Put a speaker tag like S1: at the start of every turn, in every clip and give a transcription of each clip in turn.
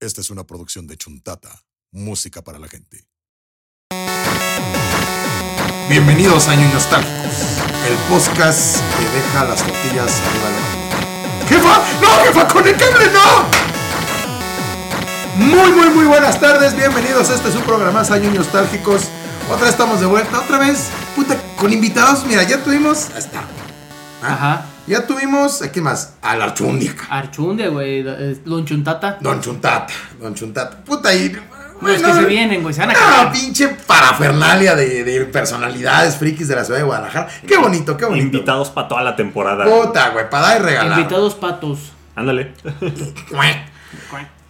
S1: Esta es una producción de Chuntata, música para la gente.
S2: Bienvenidos a Ñoños Tácticos, el podcast que deja las tortillas arriba de la mano. ¡Jefa! ¡No, jefa! ¡Con el cable, no! Muy, muy, muy buenas tardes, bienvenidos a este su programa Años Nostálgicos. Otra vez estamos de vuelta, otra vez, puta, con invitados. Mira, ya tuvimos. Ahí está. ¿Ah?
S3: Ajá.
S2: Ya tuvimos, ¿a quién más? A la Chundica.
S3: Archunde, güey. eh, Lonchuntata.
S2: Don Chuntata, Don Chuntata. Puta, y.
S3: Los que
S2: bueno,
S3: se vienen, güey. Se van a
S2: Una
S3: cagar.
S2: pinche parafernalia de, de personalidades frikis de la ciudad de Guadalajara. Qué bonito, qué bonito.
S4: Invitados para toda la temporada.
S2: Puta, güey, para dar y regalar.
S3: Invitados patos.
S4: Ándale.
S2: Cuac,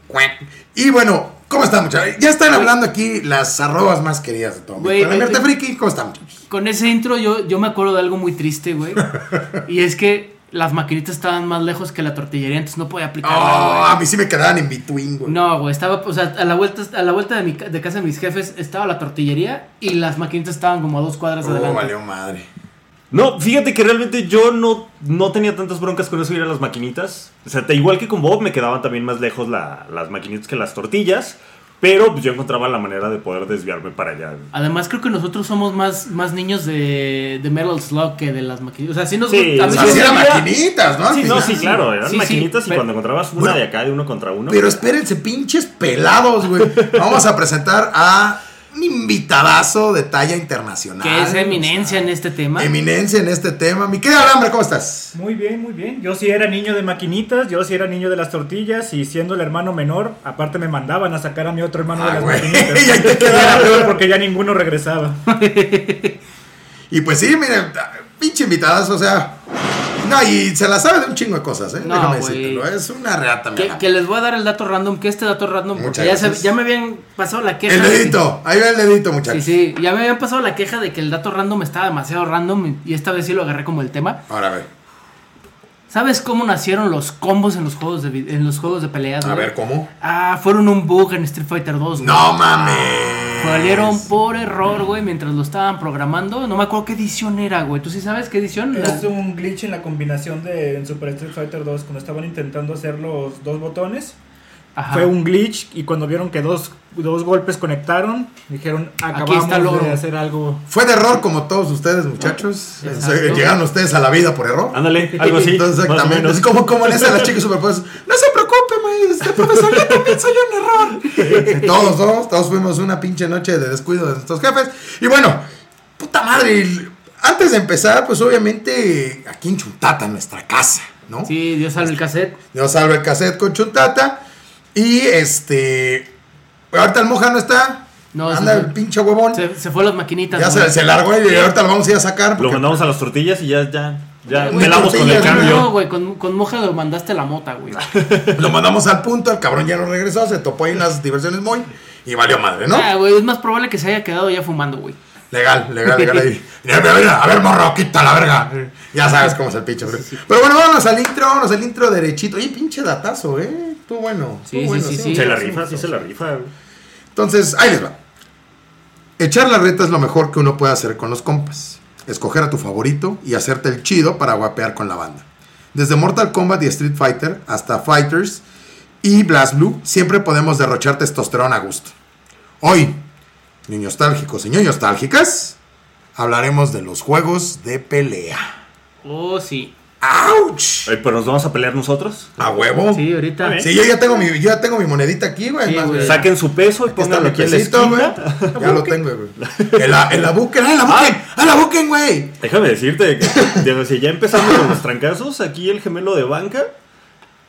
S2: cuac. Y bueno, ¿cómo están, muchachos? Ya están hablando aquí las arrobas más queridas de todo.
S3: Güey, eh,
S2: Pero
S3: güey,
S2: Alberto
S3: güey.
S2: Friki, ¿cómo están, muchachos?
S3: Con ese intro yo, yo me acuerdo de algo muy triste, güey. y es que las maquinitas estaban más lejos que la tortillería, entonces no podía aplicar.
S2: Oh, a mí sí me quedaban en between, güey.
S3: No, güey, estaba, o sea, a la vuelta, a la vuelta de, mi, ca- de casa de mis jefes estaba la tortillería y las maquinitas estaban como a dos cuadras
S2: Oh,
S3: adelante.
S2: valió madre.
S4: No, fíjate que realmente yo no, no tenía tantas broncas con eso ir a las maquinitas. O sea, te- igual que con Bob, me quedaban también más lejos la- las maquinitas que las tortillas. Pero pues, yo encontraba la manera de poder desviarme para allá.
S3: Además, creo que nosotros somos más, más niños de, de Metal Slug que de las maquinitas. O sea, sí nos
S4: Sí,
S3: a mí
S2: O
S4: sí,
S2: sea,
S3: me
S2: sí eran
S3: sabía-
S2: maquinitas, ¿no? Al
S4: Sí, no,
S2: final.
S4: sí, claro, eran
S3: Sí, sí,
S4: maquinitas y
S3: pero-
S4: cuando encontrabas una
S2: Ah, Bueno,
S4: de acá, de uno contra uno.
S2: Pero espérense, pinches pelados, güey. Vamos a presentar a un invitadazo de talla internacional.
S3: Que es eminencia en este tema.
S2: Eminencia en este tema. Mi querido Alambre, ¿cómo estás?
S5: Muy bien, muy bien. Yo sí era niño de maquinitas, yo sí era niño de las tortillas y siendo el hermano menor, aparte me mandaban a sacar a mi otro hermano
S2: Ah,
S5: de las
S2: güey,
S5: maquinitas.
S2: ya te quedé.
S5: Era peor porque ya ninguno regresaba.
S2: Y pues sí, miren, pinche invitadas, o sea. No, y se la sabe de un chingo de cosas, ¿eh?
S3: No,
S2: Déjame
S3: güey.
S2: decírtelo. Es una reata, mi
S3: Que,
S2: Alambre.
S3: que les voy a dar el dato random, que este dato random,
S2: Muchas
S3: porque ya, se-
S2: gracias.
S3: ya me habían pasado la queja.
S2: El
S3: de que-
S2: dedito, ahí va el dedito, muchachos.
S3: sí, sí, ya me habían pasado la queja de que el dato random estaba demasiado random y esta vez sí lo agarré como el tema.
S2: Ahora a ver,
S3: ¿Sabes cómo nacieron los combos en los juegos de, vi- en los juegos de peleas?
S2: a
S3: güey?
S2: ver cómo.
S3: Ah, fueron un bug en Street Fighter 2.
S2: No mames.
S3: Salieron por error, güey, mientras lo estaban programando. No me acuerdo qué edición era, güey. ¿Tú sí sabes qué edición? La-
S5: Es un glitch en la combinación de en Super Street Fighter 2 cuando estaban intentando hacer los dos botones.
S3: Ajá.
S5: Fue un glitch y cuando vieron que dos, dos golpes conectaron, dijeron, acabamos
S3: está el oro".
S5: de hacer algo.
S2: Fue de error como todos ustedes, muchachos.
S3: Exacto.
S2: Eh, Llegaron ustedes a la vida por error.
S4: Ándale, algo así. más o
S2: Exactamente.
S4: menos.
S2: Es como, como le hacen a las chicas superpoderosas. No se preocupe, maestro, este profesor, yo también soy un error. todos, todos, todos fuimos una pinche noche de descuido de nuestros jefes. Y bueno, puta madre. el- Antes de empezar, pues obviamente aquí en Chuntata, en nuestra casa, ¿no?
S3: Sí, Dios salve el cassette.
S2: Yo salvo el cassette con Chuntata. Y este. Ahorita el moja no está.
S3: No,
S2: Anda
S3: se-
S2: el pinche huevón.
S3: Se, se fue a las maquinitas.
S2: ya
S3: güey.
S2: se, se largó y ahorita lo vamos a ir a sacar.
S4: Lo
S2: porque-
S4: mandamos a las tortillas y ya, ya, ya
S3: Güey,
S4: pelamos con el
S2: tortillas,
S3: No,
S4: cambio.
S3: güey, con, con moja lo mandaste a la mota, güey.
S2: Lo mandamos al punto, el cabrón ya no regresó, se topó ahí en las diversiones muy y valió madre, ¿no?
S3: Ah, güey, es más probable que se haya quedado ya fumando, güey.
S2: Legal, legal, legal ahí. Mira, mira, mira, a ver, morro, quita la verga. Ya sabes cómo es el pinche. Pero, pero bueno, vámonos al intro, vámonos al intro derechito. Y pinche datazo, ¿eh? Tú bueno. tú
S3: Sí, sí,
S2: bueno,
S3: sí, sí.
S4: Se la rifa, sí se la rifa.
S2: Entonces, ahí les va. Echar la reta es lo mejor que uno puede hacer con los compas. Escoger a tu favorito y hacerte el chido para guapear con la banda. Desde Mortal Kombat y Street Fighter hasta Fighters y Blast Blue, siempre podemos derrochar testosterona a gusto. Hoy, niños nostálgicos y niños nostálgicas, hablaremos de los juegos de pelea.
S3: Oh, sí.
S2: ¡Auch!
S4: Ay, pero nos vamos a pelear nosotros.
S2: ¡A huevo!
S3: Sí,
S2: Sí,
S3: ahorita.
S4: Está bien.
S2: yo, ya tengo mi, yo ya tengo mi monedita aquí, güey.
S3: Sí,
S2: más,
S3: güey.
S2: güey.
S4: Saquen su peso y
S2: Aquí está
S4: pónganlo
S2: el
S4: aquí en la
S2: quesito, güey.
S4: esquina.
S2: Ya lo tengo, güey. En la, en la buquen, ah, en la buquen, ah, en la buquen, güey.
S4: Déjame decirte que desde si ya empezamos con los trancazos, aquí el gemelo de banca,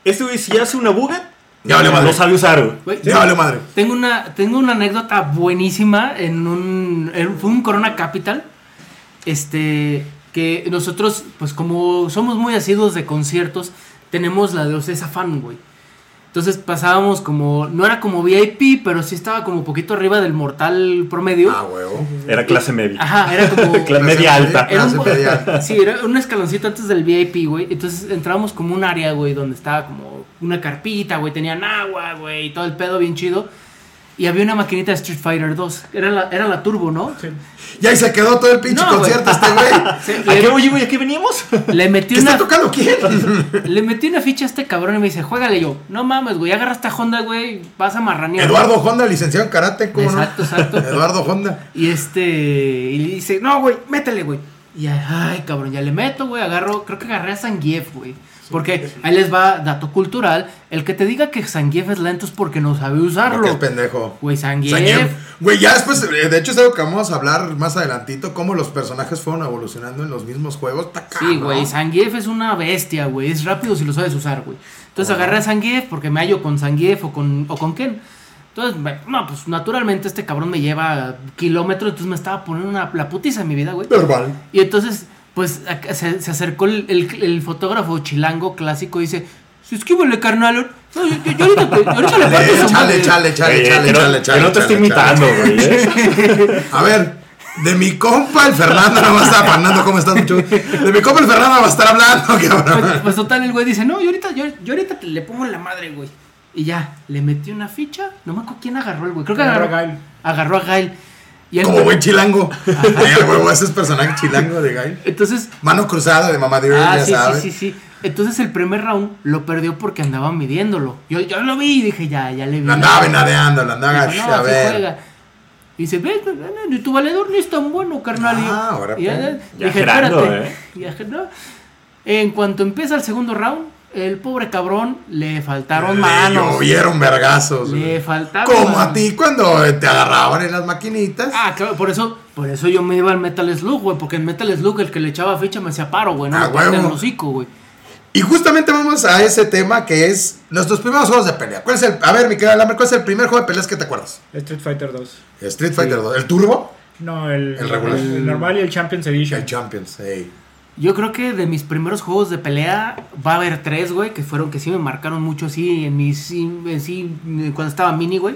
S4: este güey si hace una buga,
S2: Ya valió madre.
S4: no sabe usar, güey.
S3: Güey,
S2: Ya vale madre.
S3: Tengo una, tengo una anécdota buenísima en un. en- fue un Corona Capital. Este. Que nosotros, pues como somos muy asiduos de conciertos, tenemos la de Ocesa Fan, güey. Entonces pasábamos como. No era como VIP, pero sí estaba como poquito arriba del mortal promedio.
S2: Ah, huevo.
S4: Era clase media.
S3: Ajá, era como.
S4: Clase media alta.
S3: Era un,
S2: Clase media.
S3: po- sí, era un escaloncito antes del VIP, güey. Entonces entrábamos como un área, güey, donde estaba como una carpita, güey. Tenían agua, güey, y todo el pedo bien chido. Y había una maquinita de Street Fighter 2. Era la, era la Turbo, ¿no?
S2: Y ahí se quedó todo el pinche
S3: No, güey.
S2: concierto este güey.
S3: Sí,
S4: ¿A qué
S3: le,
S4: oye, güey? ¿A qué venimos?
S3: le metí
S2: ¿Qué está
S3: una,
S2: tocando quién?
S3: le metí una ficha a este cabrón y me dice, juégale Y yo. No mames, güey, agarra esta Honda, güey, vas a marranear.
S2: Eduardo Honda, licenciado en karate, ¿cómo no?
S3: Exacto, exacto.
S2: Eduardo Honda.
S3: Y este. Y le dice, no, güey, métele, güey. Y ay, cabrón, ya le meto, güey. Agarro, creo que agarré a Sangief, güey. Porque ahí les va dato cultural. El que te diga que Sangief es lento es porque no sabe
S2: Porque es
S3: usarlo.
S2: pendejo.
S3: Güey,
S2: Sangief.
S3: Sangief.
S2: Güey, ya después, eh, de hecho es algo que vamos a hablar más adelantito, cómo los personajes fueron evolucionando en los mismos juegos. Está
S3: Sí,
S2: cabrón.
S3: güey, Sangief es una bestia, güey. Es rápido si lo sabes usar, güey. Entonces agarré a Sangief porque me hallo con Sangief o con, o con Ken. Entonces, me- no, pues naturalmente este cabrón me lleva kilómetros, entonces me estaba poniendo una, la putiza en mi vida, güey.
S2: Verbal.
S3: Y entonces, pues acá se, se acercó el, el- el fotógrafo chilango clásico y dice: Si esquívale, carnal. No, yo, yo- yo ahorita, te- ahorita le parto
S2: Eh,
S3: su madre".
S2: Chale, chale, chale,
S4: Oye,
S2: chale,
S4: que no-
S2: chale, chale.
S4: Que no te estoy
S2: chale, chale.
S4: imitando, güey. ¿eh?
S2: A ver, de mi compa el Fernando, no va a estar Fernando, ¿cómo estás, mucho? De mi compa el Fernando va a estar hablando,
S3: Pues,
S2: cabrón.
S3: pues, total, el güey dice: No, yo ahorita, yo, yo ahorita te le pongo la madre, güey. Y ya, le metí una ficha. No me acuerdo quién agarró el güey. Creo que agarró,
S5: Agarró a Gael.
S3: Agarró a Gael. Y el-
S2: Como buen chilango. Ay, a huevo, ese es personaje chilango de Gail.
S3: Entonces,
S2: Mano cruzada de mamá de Dios,
S3: Ah,
S2: ya
S3: sí,
S2: sabes.
S3: sí, sí, sí. Entonces el primer round lo perdió porque andaba midiéndolo. Yo, yo lo vi y dije, ya, ya le vi.
S2: Lo
S3: la-
S2: andaba venadeando, lo andaba
S3: Dijo,
S2: a
S3: así
S2: ver.
S3: juega. Y dice, ve, ve, ve, ni tu valedor no es tan bueno, carnal. Y yo-
S2: Ah, ahora
S3: y ya-
S2: pues.
S4: Ya
S3: dije,
S4: grando,
S3: espérate.
S4: ¿eh?
S3: Y dije, no. En cuanto empieza el segundo round, el pobre cabrón le
S2: Eh,
S3: faltaron manos.
S2: Llovieron vergazos.
S3: Le
S2: güey.
S3: faltaron
S2: Como pues, a
S3: manos.
S2: ti cuando eh, te agarraban en las maquinitas.
S3: Ah, claro, por eso, por eso yo me iba al Metal Slug, güey. Porque en Metal Slug el que le echaba ficha me hacía paro, güey. No
S2: Ah,
S3: me parte el
S2: huevo.
S3: hocico, güey.
S2: Y justamente vamos a ese tema que es nuestros primeros juegos de pelea. ¿Cuál es el, a ver, mi querido Alambre, ¿cuál es el primer juego de peleas que te acuerdas?
S5: Street Fighter 2.
S2: Street Fighter 2. ¿El Turbo?
S5: No, el,
S2: El regular.
S5: el normal y el Champions Edition.
S2: El Champions, ey.
S3: Yo creo que de mis primeros juegos de pelea va a haber tres, güey, que fueron que sí me marcaron mucho así en mis sí, en sí, cuando estaba mini, güey,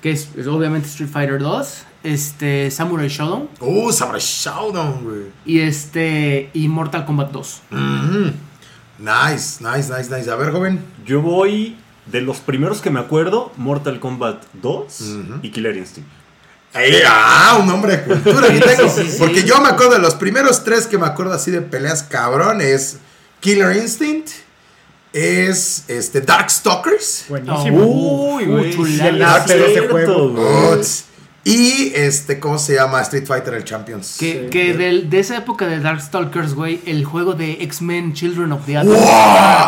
S3: que es, es obviamente Street Fighter 2, este Samurai Shodown
S2: Uh, Samurai Showdown, güey.
S3: y este y Mortal Kombat 2.
S2: Mhm. Nice, nice, nice, nice. A ver, joven.
S4: Yo voy de los primeros que me acuerdo: Mortal Kombat 2 y Killer Instinct.
S2: Ey, ah, un hombre de cultura que
S3: Sí,
S2: tengo.
S3: sí, sí, sí.
S2: Porque yo me acuerdo de los primeros tres que me acuerdo así de peleas cabrón es Killer Instinct, es este Darkstalkers
S5: Buenísimo.
S4: Oh.
S3: Uy, güey, Ah,
S5: chulada
S4: chulada,
S5: pero ese
S4: cierto,
S5: juego.
S4: güey.
S2: Uts, y este cómo se llama Street Fighter el Champions.
S3: Que, que del- de esa época de Darkstalkers, güey, el juego de X-Men Children of the Atom.
S2: ¡Wow!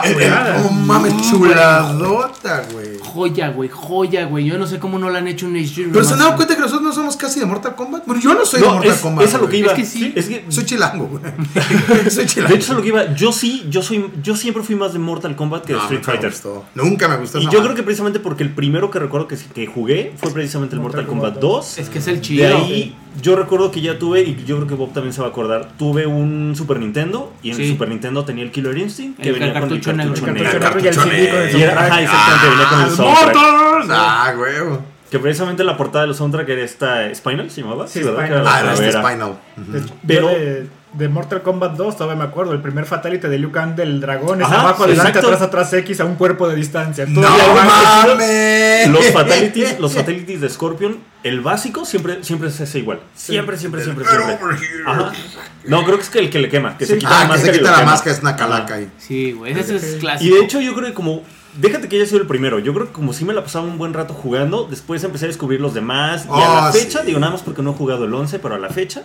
S2: El- el-
S5: Chulada.
S2: no mames, chuladota, güey.
S3: Joya, güey, joya, güey. Yo no sé cómo no le han hecho un HD.
S2: Pero se han dado
S3: remaster.
S2: cuenta que nosotros no somos casi de Mortal Kombat. Bueno, yo no soy de
S4: No,
S2: Mortal
S4: es,
S2: Kombat.
S4: es a lo
S2: güey.
S4: que iba.
S3: Es que sí.
S4: Es que
S2: Mm. Soy chilango, güey. soy
S4: de
S2: chilango.
S4: hecho, es a lo que iba. Yo sí, yo soy, yo siempre fui más de Mortal Kombat que de
S2: No,
S4: Street
S2: nunca me
S4: Fighter.
S2: gustó. Nunca me gustó.
S4: Y
S2: esa
S4: yo
S2: madre.
S4: creo que precisamente porque el primero que recuerdo que, que jugué fue precisamente el Mortal,
S5: Mortal
S4: Kombat
S5: Kombat
S4: 2.
S3: Es que es el
S4: De
S3: chido.
S4: ahí yo recuerdo que ya tuve, y yo creo que Bob también se va a acordar, tuve un Super Nintendo y en el
S3: Sí.
S4: Super Nintendo tenía el Killer Instinct que
S3: El
S4: venía con el
S3: cartucho negro.
S4: cartucho
S5: El
S4: negro.
S5: cartucho negro y el CD con el
S2: Y
S4: Y era,
S5: soundtrack. Ah,
S4: ajá, exactamente, venía con el soundtrack.
S2: ¡Mortal! Ah, güey.
S4: Que precisamente la portada del soundtrack era esta Spinal, ¿se llamaba?
S5: Sí,
S4: ¿verdad?
S5: Spinal.
S4: Que era la
S2: Ah, era este
S4: calavera.
S2: Spinal.
S5: De- yo
S4: Pero-
S5: de, de Mortal Kombat 2 todavía me acuerdo. El primer Fatality de Liu Kang del dragón es
S4: Ajá,
S5: abajo, adelante,
S4: exacto.
S5: atrás, atrás, X a un cuerpo de distancia.
S2: ¡No
S5: Todavía abajo.
S2: mames!
S4: Los fatalities, los fatalities de Scorpion, el básico siempre, siempre es ese igual. Siempre, siempre, siempre,
S2: Get
S4: siempre.
S2: over here.
S4: Ajá. No, creo que es que el que le quema, que se quita la
S2: Ah, que
S4: máscara.
S2: se
S4: y
S2: quita
S4: lo
S2: la
S4: quema.
S2: máscara, es una calaca ahí.
S3: Sí, güey, ese es
S4: Y
S3: clásico.
S4: de hecho, yo creo que como. Déjate que haya sido el primero. Yo creo que como sí me la pasaba un buen rato jugando, después empecé a descubrir los demás. Y a la
S2: Oh,
S4: fecha,
S2: sí.
S4: digo nada más porque no he jugado el 11, pero a la fecha,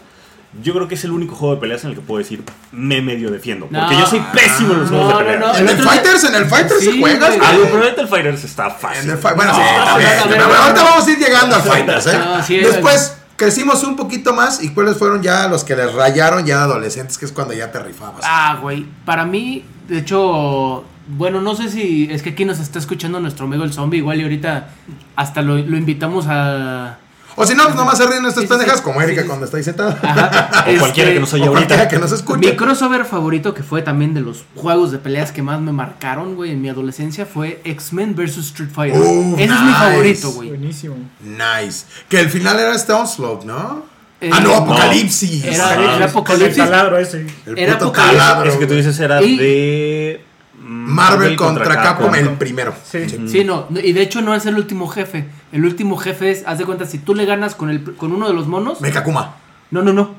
S4: yo creo que es el único juego de peleas en el que puedo decir me medio defiendo. Porque
S3: No.
S4: yo soy pésimo en los juegos
S3: No,
S4: de
S3: no,
S4: peleas.
S3: no.
S2: En el
S3: otro día-
S2: Fighters, en el Fighters
S3: Sí,
S2: sí juegas,
S3: güey.
S4: Ah,
S2: güey.
S4: digo, pero ahorita el Fighters está fácil.
S2: En el fi- bueno, sí,
S3: No,
S2: también,
S3: no, no,
S2: también.
S3: no, no,
S2: Ahorita
S3: no.
S2: vamos a ir llegando al Fighters, ¿eh?
S3: No, sí,
S2: Después crecimos un poquito más y cuáles fueron ya los que les rayaron ya de adolescentes, que es cuando ya te rifabas.
S3: Ah, güey. Para mí, de hecho, bueno, no sé si es que aquí nos está escuchando nuestro amigo el zombie. Igual y ahorita hasta lo, lo invitamos a.
S2: O si no, pues nomás se ríen nuestras
S3: Sí, sí,
S2: pendejas,
S3: sí.
S2: como Erika
S3: Sí, Ah, sí.
S2: cuando está ahí sentada.
S3: Ajá,
S4: O cualquiera que nos
S2: O
S4: oye
S2: cualquiera
S4: ahorita.
S2: que nos
S3: este, Mi
S2: escuche.
S3: crossover favorito, que fue también de los juegos de peleas que más me marcaron, güey, en mi adolescencia, fue X-Men vs. Street Fighter.
S2: Oh,
S3: Ese es mi
S2: nice.
S3: favorito, güey.
S5: Buenísimo.
S2: Nice. Que el final era este Onslaught, ¿no?
S3: Eh,
S2: ah, no,
S3: no.
S2: Apocalipsis.
S3: Era, era
S4: Ah,
S5: El
S3: Apocalipsis.
S5: taladro ese.
S2: El
S3: era
S2: puto
S3: Apocalipsis.
S2: taladro,
S4: Ese Ah, que tú
S2: güey.
S4: dices era
S3: Y-
S4: de.
S2: Marvel contra, Capcom, el primero.
S5: Sí.
S3: Sí, no, no, y de hecho no es el último jefe. El último jefe es, haz de cuenta, si tú le ganas con, el, con uno de los monos.
S2: Mekakuma.
S3: No, no, no.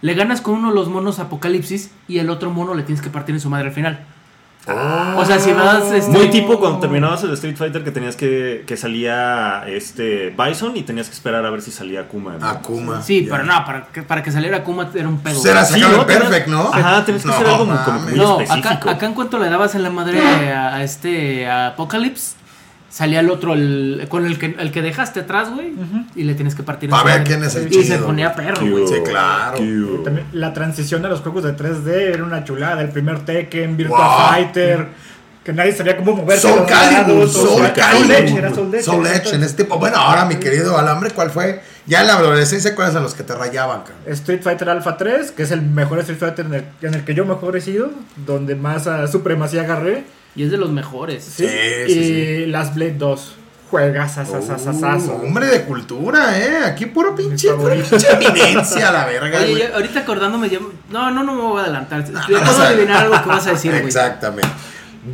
S3: Le ganas con uno de los monos Apocalipsis y el otro mono le tienes que partir en su madre al final.
S2: Ah.
S3: o sea, si vas. este,
S4: Muy tipo cuando terminabas el Street Fighter que tenías que, que salía este Bison y tenías que esperar a ver si salía Kuma. ¿no?
S2: Akuma.
S3: Sí,
S2: ya. Pues
S3: pero no, para que, para que saliera Kuma era un pedo.
S2: Será
S4: Sí,
S2: sacar
S4: ¿no?
S2: el perfect,
S4: Tenías-
S2: ¿no?
S4: Ajá, tenías que hacer algo como- como
S2: mames.
S4: muy-
S3: No, acá,
S4: específico.
S3: acá en cuanto le dabas en la madre a, a este a Apocalypse, salía el otro, el, con el que, el que dejaste atrás, güey, y le tienes que partir. en
S2: Pa'
S3: su
S2: ver
S3: madre.
S2: quién es el
S3: Y se
S2: chido,
S3: ponía perro, güey.
S2: Sí, claro.
S4: Cute.
S5: También la transición a los juegos de 3D era una chulada. El primer Tekken, Virtua
S2: Wow.
S5: Fighter, que nadie sabía cómo moverse.
S2: Soul
S5: los
S2: Calibur,
S5: lados, o
S2: Soul
S5: sea, Soul Edge, era Soul
S2: Calibur.
S5: Edge.
S2: Soul Edge en este tipo. Bueno, ahora mi querido Alambre, ¿cuál fue? Ya en la adolescencia, ¿cuáles son los que te rayaban, cabrón?
S5: Street Fighter Alpha 3, que es el mejor Street Fighter en el, en el que yo mejor he sido, donde más ah, supremacía agarré.
S3: Y es de los mejores.
S5: Sí,
S2: Sí, sí,
S5: y Last Blade 2. Juegas
S2: Uh, hombre de cultura, ¿eh? Aquí puro pinche,
S5: Mi
S2: puro
S5: favorito.
S2: pinche eminencia, la verga,
S3: Oye,
S2: güey.
S3: ya, ahorita acordándome, ya- no, no, no me voy a adelantar. Te- te
S2: no,
S3: puedo
S2: no,
S3: adivinar algo que vas a decir, güey.
S2: Exactamente.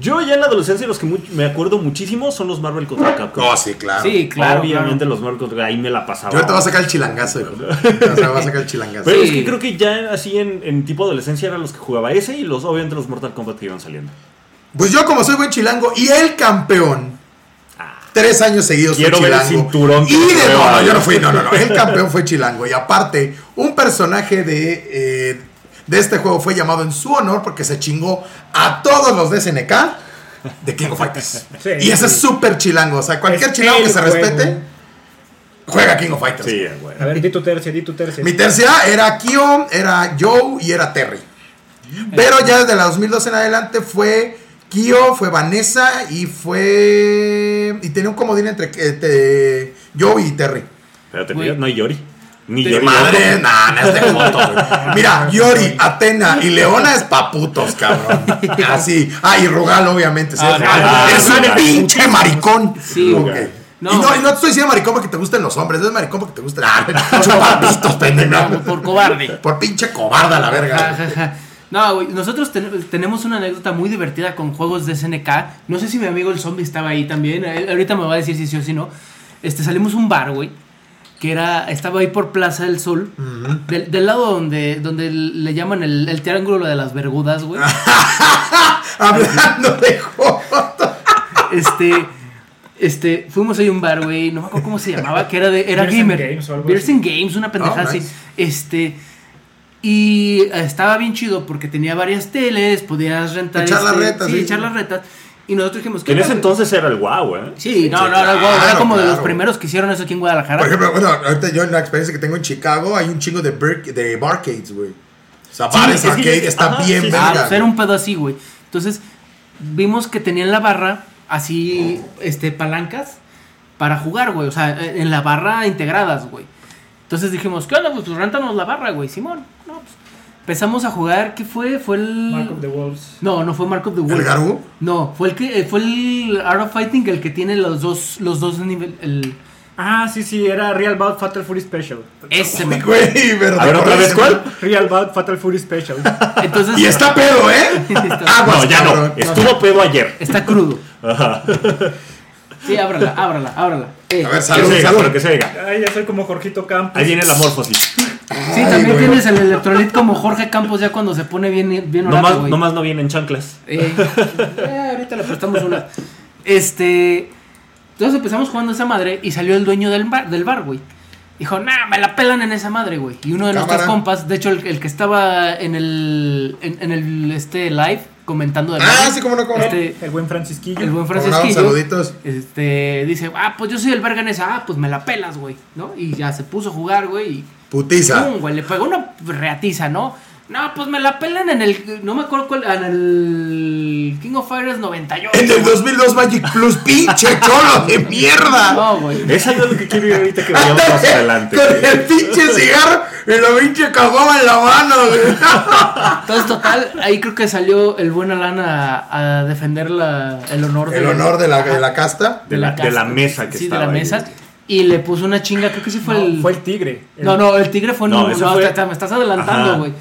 S4: Yo ya en la adolescencia los que mu- me acuerdo muchísimo son los Marvel contra Capcom.
S2: No, Oh, sí, claro.
S3: Sí, claro.
S4: Obviamente
S3: claro.
S4: los Marvel contra ahí me la pasaba.
S2: Yo ahorita voy a sacar el chilangazo, hijo. Ahorita voy a sacar el chilangazo.
S4: Pero
S3: Sí.
S4: es que creo que ya así en, en tipo adolescencia eran los que jugaba ese y los obviamente los Mortal Kombat que iban saliendo.
S2: Pues yo, como soy buen chilango y el campeón, tres años seguidos
S4: Ah. Quiero
S2: fue
S4: ver el
S2: chilango.
S4: cinturón que
S2: y de- no,
S4: prueba.
S2: no, yo no fui, no, no, no. El campeón fue chilango. Y aparte, un personaje de, eh, de este juego fue llamado en su honor porque se chingó a todos los de SNK de King of Fighters.
S5: Sí.
S2: y ese es súper chilango. O sea, cualquier
S5: Es
S2: chilango que
S5: el
S2: se
S5: juego.
S2: respete, juega King of Fighters.
S4: Sí, güey.
S5: A ver, di tu tercia, di tu tercia.
S2: Mi tercera era Kyo, era Joe y era Terry. Pero ya desde la 2012 en adelante fue Kyo, fue Vanessa y fue. Y tenía un comodín entre este, Joe y Terry.
S4: Espérate,
S3: Güey.
S4: mira, no hay Yori. Ni
S3: Te-
S4: Yori.
S2: Madre, nah, no es de putos, güey. Mira, Yori, Atena y Leona es pa' putos, cabrón. Así. Ah, y Rugal, obviamente. sí,
S3: Ah,
S2: es-
S3: Rugal.
S2: eres un
S4: Rugal.
S2: pinche maricón.
S3: Sí,
S2: Ok.
S4: Rugal.
S3: No,
S2: y, no,
S3: güey.
S2: y no te estoy diciendo maricón porque te gusten los hombres, es maricón porque te gusten. Ah, chupapitos, pendejo.
S3: Por- por cobarde.
S2: Por pinche cobarda la
S4: Ah,
S3: Ja,
S2: verga.
S3: ja, ja. No, güey, nosotros ten- tenemos una anécdota muy divertida con juegos de SNK. No sé si mi amigo el zombie estaba ahí también. Él ahorita me va a decir si sí o si no. Este, salimos a un bar, güey, que era estaba ahí por Plaza del Sol, del, del lado donde donde le llaman el, el triángulo de las vergudas, güey.
S2: Hablando de juegos.
S3: este este fuimos ahí a un bar, güey, no me acuerdo cómo se llamaba, que era de era
S5: Beers and
S3: gamer.
S5: Games o algo
S3: Beers
S5: así.
S3: and Games, una pendejada
S2: Oh,
S3: así.
S2: nice.
S3: Este Y eh, estaba bien chido porque tenía varias teles, podías rentar.
S2: Echar las
S3: este,
S2: retas,
S3: Sí,
S2: sí,
S3: echar
S2: sí.
S3: las retas. Y nosotros dijimos
S4: Que en ese
S3: tal?
S4: entonces era el guau, ¿eh?
S3: Sí, no,
S2: Sí,
S3: no, era,
S2: claro,
S3: guau, era como de los
S2: claro.
S3: primeros que hicieron eso aquí en Guadalajara.
S2: Por ejemplo, bueno, ahorita yo en la experiencia que tengo en Chicago hay un chingo de, bar- de barcades, güey. O sea,
S4: Sí,
S2: bares
S4: es que
S2: arcade
S4: yo-
S2: está
S4: ajá,
S2: bien
S4: sí, sí.
S3: Ah,
S2: verga.
S3: pues era un pedo así, güey. Entonces, vimos que tenían la barra así, este, palancas para jugar, güey. O sea, eh, en la barra integradas, güey. Entonces dijimos, ¿qué onda, güey? Pues rántanos la barra, güey, Simón. No, pues, empezamos a jugar, ¿qué fue? Fue el...
S5: Mark of the Wolves.
S3: No, no fue Mark of the Wolves.
S2: Garú?
S3: No, fue el que, eh, fue el Art of Fighting el que tiene los dos, los dos niveles, el...
S5: Ah, sí, sí, era Real Bout Fatal Fury Special.
S3: Ese, me-
S2: Güey, pero
S4: A ver, otra vez, ¿cuál?
S5: Real Bout Fatal Fury Special.
S3: Entonces...
S2: Y está pedo, ¿eh?
S3: Está-
S2: Aguas,
S4: No, ya no.
S2: cabrón.
S4: Estuvo pedo ayer.
S3: Está crudo. Sí, ábrala, ábrala, ábrala. Eh,
S2: A ver,
S4: Que
S2: salud,
S4: se diga, pero
S2: salud.
S4: que se diga.
S5: Ay, ya soy como Jorgito Campos.
S4: Ahí viene la morfosis.
S3: Sí,
S2: Ay,
S3: también
S2: güey.
S3: tienes el electrolit como Jorge Campos ya cuando se pone bien, bien orado,
S4: Nomás,
S3: güey.
S4: nomás no vienen chanclas.
S3: Eh, eh, ahorita le prestamos una. Este. Entonces empezamos jugando esa madre y salió el dueño del bar, del bar güey. Dijo, nah, me la pelan en esa madre, güey. Y uno de nuestros
S2: Cámara.
S3: compas, de hecho, el, el que estaba en el, en, en el este live comentando de
S2: Ah,
S3: madre,
S2: sí, cómo no, cómo no.
S3: este,
S5: El buen Francisquillo.
S3: el buen
S2: Cómo no,
S3: Francisquillo.
S2: saluditos.
S3: Este, dice, ah, pues yo soy el verga en esa, ah, pues me la pelas, güey, ¿no? Y ya se puso a jugar, güey, y
S2: Putiza.
S3: ¡Pum, güey! Le pegó una reatiza, ¿no? No, pues me la pelan en el. No me acuerdo cuál. En el. King of Fighters 98.
S2: En el 2002 Magic Plus, pinche cholo de mierda.
S3: No, güey.
S4: Esa es lo que quiero ir ahorita que vayamos más adelante.
S2: Ah, Con el pinche cigarro y la pinche cagaba en la mano, güey.
S3: Entonces, total, ahí creo que salió el buen Alan a, a defender la, el honor
S2: El honor de la, de la casta.
S4: De la, de la
S3: casa.
S4: mesa que
S3: Sí, de
S4: estaba
S3: la
S4: ahí.
S3: mesa. Y le puso una chinga, creo que sí fue
S5: No,
S3: el.
S5: fue el Tigre.
S3: No, no, el tigre fue en
S4: No,
S3: un-
S4: ese
S3: no,
S4: fue-
S3: te- te- me estás
S4: Ajá.
S3: adelantando, güey.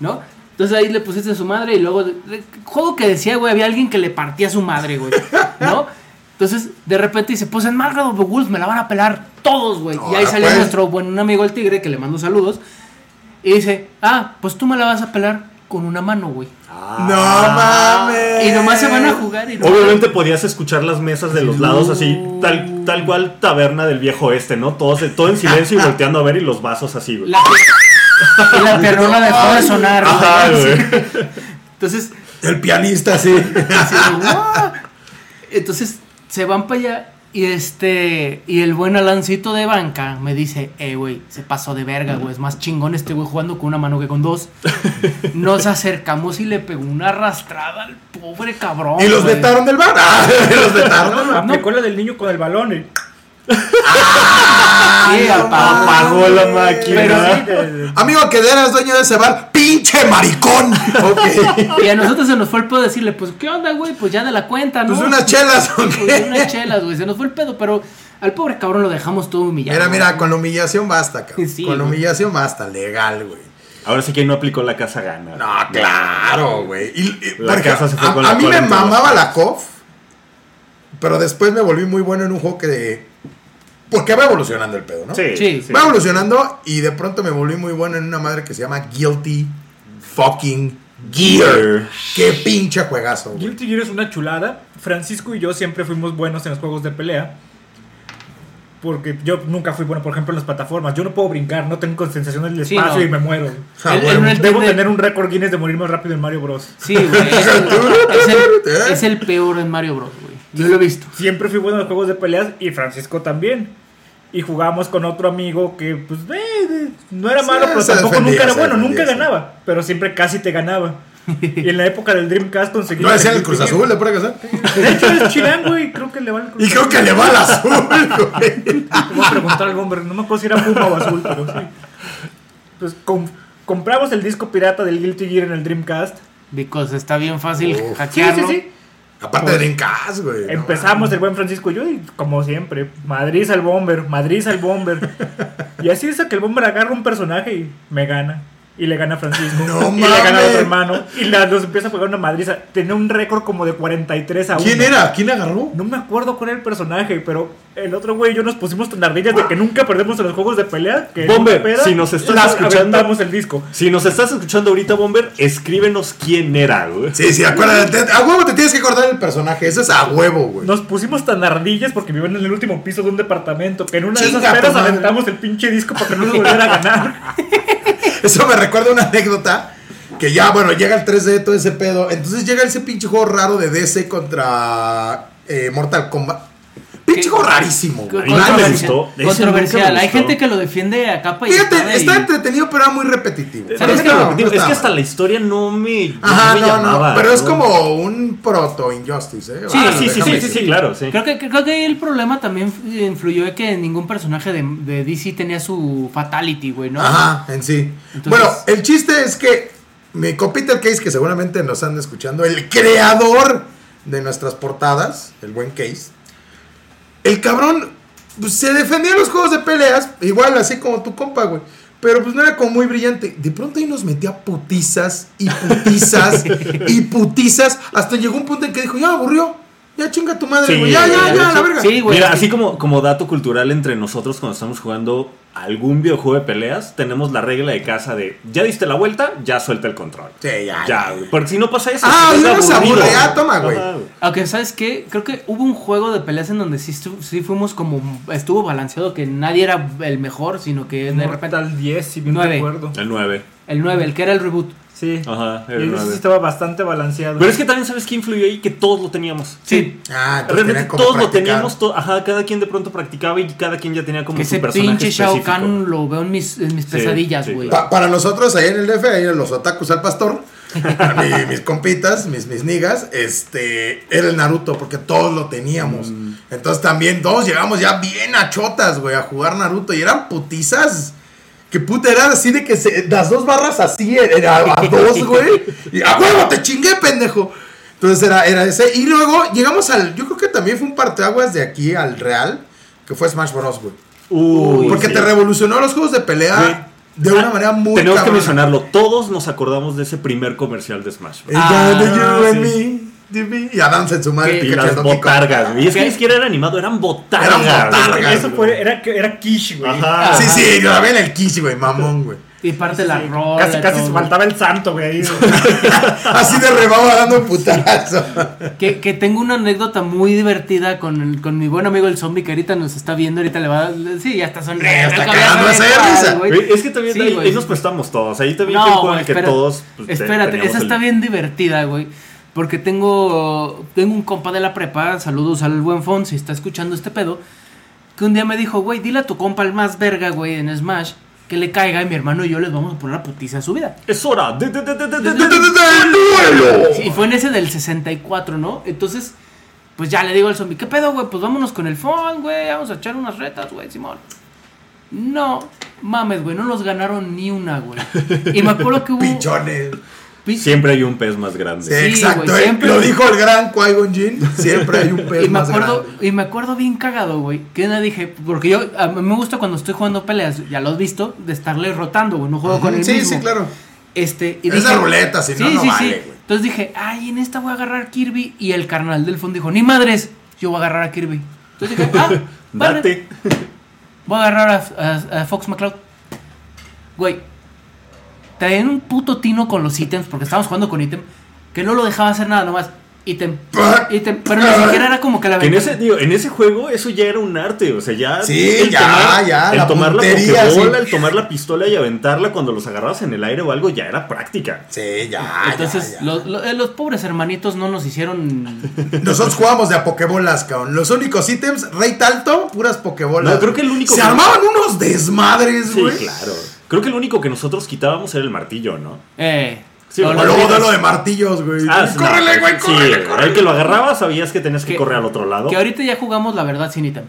S3: ¿No? Entonces ahí le pusiste a su madre y luego. de- Juego que decía, güey, había alguien que le partía a su madre, güey. ¿No? Entonces, de repente dice, pues en Margaret of the Wolf me la van a pelar todos, güey. Y ahí
S2: Ahora,
S3: salió
S2: pues.
S3: nuestro buen amigo el tigre, que le mando saludos. Y dice, ah, pues tú me la vas a pelar con una mano, güey.
S2: No mames.
S3: Y nomás se van a jugar y nomás-
S4: Ah, Obviamente podías escuchar las mesas de los lados así, tal, tal cual taberna del viejo este, ¿no? Todos, todo en silencio y volteando a ver y los vasos así, güey.
S3: La, y la perrona dejó de sonar, güey.
S4: Ajá, güey.
S3: Entonces,
S2: El pianista, sí.
S3: así de, "Guau". Entonces se van para allá y este y el buen Alancito de banca me dice, "Eh, güey, se pasó de verga, güey, es más chingón este güey jugando con una mano que con dos." Nos acercamos y le pegó una arrastrada al pobre cabrón.
S2: Y los
S3: güey.
S2: vetaron del bar. Ah, los vetaron.
S5: Aplicó la del niño con el balón. y-
S3: Sí, papá.
S4: Apagó la
S5: Pero
S3: Ah.
S5: sí,
S4: máquina.
S5: de- de-
S2: Amigo, que eras dueño de ese bar. ¡Pinche maricón! Ok.
S3: Y a nosotros se nos fue el pedo decirle, "Pues qué onda, güey, pues ya de la cuenta, ¿no?"
S2: Pues unas chelas,
S3: Pues
S2: ok.
S3: unas chelas, güey, se nos fue el pedo, pero al pobre cabrón lo dejamos todo humillado.
S2: Mira,
S3: güey.
S2: mira, con la humillación basta, cabrón.
S3: Sí,
S2: con la
S3: güey.
S2: humillación basta, legal, güey.
S4: Ahora sí que no aplicó la casa gana.
S2: No, claro, güey. Y, y-
S4: La
S2: porque
S4: casa se fue
S2: a,
S4: con la
S2: a mí
S4: cola
S2: me
S4: entre los
S2: mamaba la COF, pero después me volví muy bueno en un juego que... Porque va evolucionando el pedo, ¿no?
S4: Sí,
S3: Sí.
S4: sí.
S2: Va evolucionando y de pronto me volví muy bueno en una madre que se llama Guilty Fucking Gear.
S4: Gear.
S2: Qué pinche juegazo, güey.
S5: Guilty Gear es una chulada. Francisco y yo siempre fuimos buenos en los juegos de pelea. Porque yo nunca fui bueno, por ejemplo, en las plataformas. Yo no puedo brincar, no tengo sensación del
S3: Sí,
S5: espacio
S3: no.
S5: y me muero.
S2: Ja,
S3: Él- él
S2: güey.
S3: no entiende-
S5: Debo tener un récord Guinness de morir más rápido en Mario Bros.
S3: Sí, güey. Es, es el, es el peor en Mario Bros, güey. Yo lo he visto.
S5: Siempre fui bueno en los juegos de peleas y Francisco también. Y jugábamos con otro amigo que, pues, eh, eh, no era
S2: Sí,
S5: malo, pero
S2: se
S5: tampoco
S2: defendía,
S5: nunca era
S2: se
S5: bueno,
S2: defendía,
S5: nunca
S2: sí.
S5: ganaba. Pero siempre casi te ganaba. Y en la época del Dreamcast conseguí.
S2: ¿No decían el
S5: Guilty
S2: Cruz
S5: Gear.
S2: Azul, le puede casar?
S5: De hecho, es chilango y creo que le va el Cruz
S2: Y creo que le va al azul, güey.
S5: Te voy a preguntar al hombre, no me acuerdo si era Puma o Azul, pero sí. Pues com- compramos el disco pirata del Guilty Gear en el Dreamcast.
S3: Because está bien fácil
S2: Uf.
S5: Sí, sí,
S3: hackearlo.
S5: sí.
S2: Aparte
S5: Pues,
S2: de Dreamcast, güey. no
S5: Empezamos el buen Francisco y yo, y como siempre, Madrid al Bomber, Madrid al Bomber. Y así es que el Bomber agarra un personaje y me gana. Y le gana a Francisco.
S2: No
S5: y le gana a
S2: mames.
S5: otro hermano. Y la- nos empieza a jugar una madriza. Tenía un récord como de 43 a 1.
S2: ¿Quién era? ¿Quién agarró?
S5: No me acuerdo cuál era el personaje, pero el otro güey y yo nos pusimos tan ardillas de que nunca perdemos en los juegos de pelea. Que
S4: Bomber,
S5: nunca peda,
S4: si nos estás
S5: las
S4: escuchando-
S5: aventamos el disco.
S4: Si nos estás escuchando ahorita, Bomber, escríbenos quién era, güey.
S2: Sí, sí, acuérdate. A huevo te tienes que acordar el personaje. Eso es a huevo, güey.
S5: Nos pusimos tan ardillas porque vivían en el último piso de un departamento que en una
S2: Chinga
S5: de esas
S2: tu
S5: pedas
S2: madre.
S5: aventamos el pinche disco para que no nos volviera a ganar.
S2: Eso me recuerda una anécdota. Que ya, bueno, llega el 3D, todo ese pedo. Entonces llega ese pinche juego raro de DC contra eh, Mortal Kombat. Pinche
S3: ¿Qué?
S2: juego rarísimo, güey.
S4: A mí nunca me
S2: Rarísimo.
S4: gustó. Ese nunca
S3: Controversial.
S4: me
S3: Hay
S4: gustó.
S3: gente que lo defiende a capa y espada
S2: Fíjate,
S3: y-
S2: está entretenido, pero era muy repetitivo.
S3: ¿Sabes
S4: Es
S3: qué?
S4: que,
S2: No,
S4: lo que
S2: no
S4: digo, es
S2: estaba.
S4: que hasta la historia no me. no
S2: Ajá,
S4: me
S2: no,
S4: llamaba,
S2: no. Pero es
S4: ¿no?
S2: como un proto Injustice, ¿eh?
S4: Sí,
S2: Ah,
S4: sí, sí,
S2: déjame
S4: sí, sí,
S2: decir.
S4: sí, claro, sí.
S3: Creo que, creo que el problema también influyó en que ningún personaje de, de DC tenía su fatality, güey, ¿no?
S2: Ajá, en sí.
S3: Entonces-
S2: bueno, el chiste es que mi compita Case, que seguramente nos anda escuchando, el creador de nuestras portadas, el buen Case, el cabrón pues, se defendía en los juegos de peleas, igual así como tu compa, güey. Pero pues no era como muy brillante. De pronto ahí nos metía putizas y putizas y putizas. Hasta llegó un punto en que dijo, ya aburrió. Ya chinga tu madre,
S4: Sí,
S2: güey. Ya, ya,
S4: de
S2: ya,
S4: hecho,
S2: la verga.
S3: Sí, güey.
S4: Mira,
S3: es que-
S4: así como, como dato cultural entre nosotros cuando estamos jugando algún videojuego de peleas, tenemos la regla de casa de ya diste la vuelta, ya suelta el control.
S2: Sí, ya.
S4: Ya, güey. Porque si no pasa eso,
S2: Ah,
S4: se
S2: y
S4: vuelve
S2: uno se
S4: aburrido,
S2: aburre. Ah, toma, güey.
S4: Ajá,
S3: Aunque, ¿sabes qué? Creo que hubo un juego de peleas en donde sí, estu- sí fuimos como. Estuvo balanceado, que nadie era el mejor, sino que de repente.
S5: Mortal 10, si bien
S3: Nueve.
S5: recuerdo.
S4: El 9.
S3: El 9, el que era el reboot.
S5: Sí.
S4: Ajá, el
S5: Y ese sí
S4: 9.
S5: estaba bastante balanceado.
S4: Pero es que también sabes que influyó ahí que todos lo teníamos.
S3: Sí.
S2: Ah, entonces
S4: Realmente
S2: tenían como
S4: todos lo
S2: practicar.
S4: teníamos, to- ajá, cada quien de pronto practicaba y cada quien ya tenía como
S3: Que
S4: su
S3: ese
S4: personaje
S3: pinche Shao
S4: específico.
S3: Kahn lo veo en mis, en mis
S4: Sí,
S3: pesadillas,
S4: sí,
S3: güey.
S2: Pa- para nosotros ahí en el DF, ahí en los otakus al pastor, mi- mis compitas, mis, mis nigas, este, era el Naruto, porque todos lo teníamos. Entonces también todos llegamos ya bien a chotas, güey, a jugar Naruto. Y eran putizas. Que puta, era así de que se- las dos barras así, eh, era a dos, güey. Y a huevo, te chingué, pendejo. Entonces era, era ese. Y luego llegamos al, yo creo que también fue un parteaguas de aquí al Real, que fue Smash Bros, güey.
S4: Uy,
S2: Porque
S4: sí.
S2: te revolucionó los juegos de pelea.
S4: Güey,
S2: De una manera muy
S4: Ah, Tenemos que
S2: cabrona.
S4: mencionarlo. Todos nos acordamos de ese primer comercial de Smash Bros.
S2: Ella
S3: Ah,
S2: de you and
S5: sí.
S2: me, de me. Y a Dance en su madre.
S3: Que-
S4: Y
S2: Pikachu
S4: las
S2: en Donkey Kong.
S4: botargas. Y es que
S3: Ok.
S4: ni siquiera era animado, eran botargas.
S2: Eran botargas.
S5: Eso fue, era, era quiche, güey.
S4: Ajá.
S2: Sí, sí, yo la vi en el quiche, güey, mamón, güey.
S3: Y parte la rola.
S5: Casi,
S3: y
S5: casi
S3: todo.
S5: se faltaba el santo, güey. ahí, güey.
S2: Así de rebaba dando putazo.
S3: Que, que tengo una anécdota muy divertida con, el- con mi buen amigo el zombie que ahorita nos está viendo, ahorita le va a... Sí, ya está sonriendo.
S2: está
S3: el
S2: cagando
S3: cabrón,
S2: esa
S3: güey,
S2: risa.
S3: güey.
S4: Güey, Es que también
S3: Sí,
S4: ahí,
S3: güey.
S4: ahí nos prestamos todos. Ahí también fue el
S3: No,
S4: juego en
S3: güey,
S4: el que
S3: espérate,
S4: todos. pues, te-
S3: espérate,
S4: teníamos
S3: esa
S4: el-
S3: está bien divertida, güey. Porque tengo, tengo un compa de la prepa, saludos al buen Fon, si está escuchando este pedo, que un día me dijo, güey, dile a tu compa el más verga, güey, en Smash, que le caiga y mi hermano y yo les vamos a poner la putiza a su vida.
S4: Es hora. de- de- de- de- de- de- de-
S2: ¡Duelo!
S3: Sí, y fue en ese del 64, ¿no? Entonces, pues ya le digo al zombie, ¿qué pedo, güey? Pues vámonos con el phone, güey, vamos a echar unas retas, güey, Simón. No, mames, güey, no nos ganaron ni una, güey. Y me acuerdo que hubo...
S2: Pichones.
S3: Pin-
S4: Siempre hay un pez más grande.
S2: Sí,
S3: güey,
S2: exacto. eh.
S3: siempre-
S2: Lo dijo el gran Qui-Gon Jinn. Siempre hay un pez
S3: y me
S2: más
S3: acuerdo
S2: grande.
S3: y me acuerdo bien cagado güey que una dije porque yo a mí me gusta cuando estoy jugando peleas ya lo has visto de estarle rotando güey no juego con el
S2: Sí,
S3: mismo
S2: sí, claro.
S3: este y
S2: Es de ruleta, si no, no vale, güey.
S3: entonces dije ay en esta voy a agarrar Kirby y el carnal del fondo dijo ni madres yo voy a agarrar a Kirby entonces dije ah vale.
S4: Date.
S3: Voy a agarrar a, a- a Fox McCloud. Güey, traían un puto tino con los ítems, porque estábamos jugando con ítem, que no lo dejaba hacer nada nomás. Ítem, ítem, pero ni siquiera era como que la
S4: Que en
S3: ventana-
S4: ese, digo, en ese juego eso ya era un arte, o sea, ya.
S2: Sí, ya, ya,
S4: El
S2: la
S4: tomar
S2: puntería,
S4: la pokebola,
S2: sí.
S4: el tomar la pistola y aventarla cuando los agarrabas en el aire o algo, ya era práctica.
S2: Sí, Ah, ya.
S3: Entonces,
S2: ya, ya.
S3: Los, lo- eh, los pobres hermanitos no nos hicieron.
S2: Nosotros jugábamos de a Pokébolas, cabrón. Los únicos ítems, Rey Talto, puras Pokébolas.
S4: No, creo que el único
S2: Se
S4: que-
S2: armaban unos desmadres,
S4: Sí,
S2: güey.
S4: claro. Creo que lo único que nosotros quitábamos era el martillo, ¿no?
S3: Eh,
S4: Sí,
S3: o
S4: o
S2: O
S3: los
S2: luego
S3: ítems.
S2: de lo de martillos, güey.
S4: Ah, sí,
S2: córrele,
S4: no, pues,
S2: güey,
S4: sí,
S2: córrele,
S4: era
S2: córrele.
S4: El que lo agarraba sabías que tenías que
S3: Que-
S4: correr al otro lado.
S3: Que ahorita ya jugamos, la verdad, sin ítem.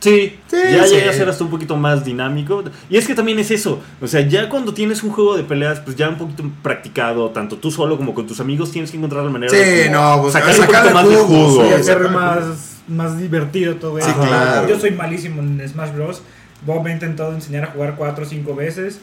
S4: Sí,
S2: Sí,
S4: ya
S2: sí.
S4: llega a ser hasta un poquito más dinámico. Y es que también es eso. O sea, ya cuando tienes un juego de peleas, pues ya un poquito practicado, tanto tú solo como con tus amigos, tienes que encontrar la manera
S2: Sí,
S4: de como
S2: no, pues,
S4: sacarle un
S2: sacarle
S4: poquito más de
S2: jugo,
S4: jugo.
S2: sí,
S5: Podría
S2: sí.
S5: ser más, más divertido todo
S2: Sí,
S5: eso.
S2: claro.
S5: Yo soy malísimo en Smash Bros. Bob me ha intentado enseñar a jugar 4 o 5 veces.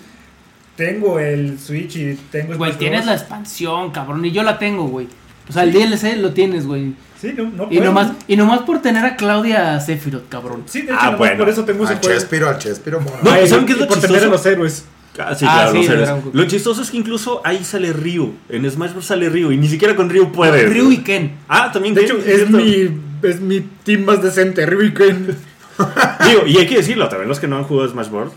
S5: Tengo el Switch y tengo
S3: Güey,
S5: Smash
S3: tienes la
S5: Bros.
S3: expansión, cabrón, y yo la tengo, güey. O sea, el DLC lo tienes, güey.
S5: Sí, no, no
S3: Y
S5: puedo.
S3: nomás, y nomás por tener a Claudia Sephiroth, cabrón.
S5: Sí, de hecho,
S4: Ah,
S5: nomás
S4: bueno.
S5: por eso tengo ese
S2: Al
S5: juego.
S2: Chespiro, al Chespiro, mono.
S4: No,
S5: Ay,
S4: ¿saben qué es
S5: y
S4: lo
S5: por tener a
S4: chistoso?
S5: los héroes.
S4: Ah, sí,
S3: Ah,
S4: claro,
S3: sí,
S4: los
S3: el
S4: héroes.
S3: Dragon Ball.
S4: Lo chistoso es que incluso ahí sale Ryu. En Smash Bros. sale Ryu y ni siquiera con Ryu puedes.
S3: Ryu y Ken.
S4: Ah, también
S5: De
S4: Ken,
S5: hecho,
S4: es
S5: es
S4: cierto.
S5: mi, es mi team más decente, Ryu Ken.
S4: Digo, y hay que decirlo, también los que no han jugado Smash Bros.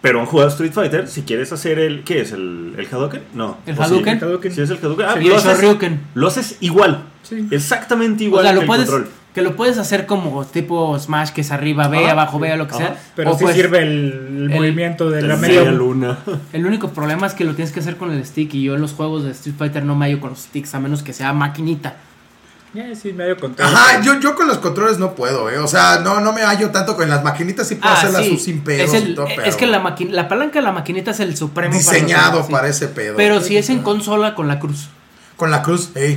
S4: Pero han jugado Street Fighter, si quieres hacer el... ¿Qué es? ¿El, el Hadouken? No.
S3: ¿El
S4: ¿O sí?
S3: Hadouken?
S5: El Hadouken.
S4: Sí, es el Hadouken. Ah,
S3: Sí,
S4: lo,
S3: el
S4: haces,
S3: Shoryuken.
S4: lo haces igual.
S5: Sí.
S4: Exactamente
S3: O
S4: igual
S3: sea,
S4: que
S3: lo
S4: el
S3: puedes,
S4: control.
S3: que lo puedes hacer como tipo Smash, que es arriba, B,
S4: Ajá.
S3: abajo, B, lo que
S4: Ajá.
S3: sea.
S5: Pero
S3: O
S5: sí
S3: pues,
S5: sirve el,
S3: el-
S5: movimiento de la
S4: Sí,
S5: media.
S4: la luna.
S3: El único problema es que lo tienes que hacer con el stick. Y yo en los juegos de Street Fighter no me hallo con los sticks, a menos que sea maquinita.
S5: Ya, sí, medio contado.
S2: Ajá, yo, yo con los controles no puedo, eh. O sea, no, no me hallo tanto con las maquinitas sí puedo hacerlas
S3: Ah, sí.
S2: sin pedos
S3: es, el-
S2: y todo, pero
S3: es que la, maqui- la palanca de la maquinita es el supremo. para los
S2: diseñado
S3: demás, sí.
S2: para ese pedo.
S3: Pero si es en consola con la cruz.
S2: Con la cruz, ey.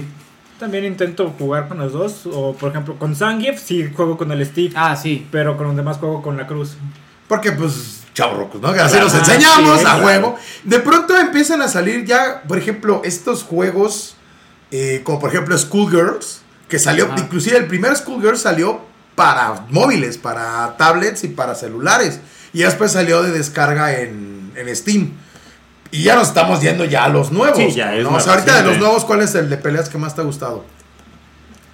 S5: También intento jugar con los dos. O, por ejemplo, con Zangief sí juego con el stick.
S3: Ah, sí.
S5: Pero con los demás juego con la cruz.
S2: Porque, pues, chavorrocos, ¿no? Así
S3: Claro.
S4: Ah,
S2: nos enseñamos
S3: Sí,
S2: a
S3: claro.
S2: huevo. De pronto empiezan a salir ya, por ejemplo, estos juegos, eh, como por ejemplo Schoolgirls, que salió,
S3: Ajá.
S2: inclusive el primer Schoolgirls salió para móviles, para tablets y para celulares. Y después salió de descarga en, en Steam. Y ya nos estamos yendo ya a los nuevos.
S4: Sí, ya es
S2: ¿no?
S4: más
S2: O sea, ahorita de los
S4: reciente.
S2: nuevos, ¿cuál es el de peleas que más te ha gustado?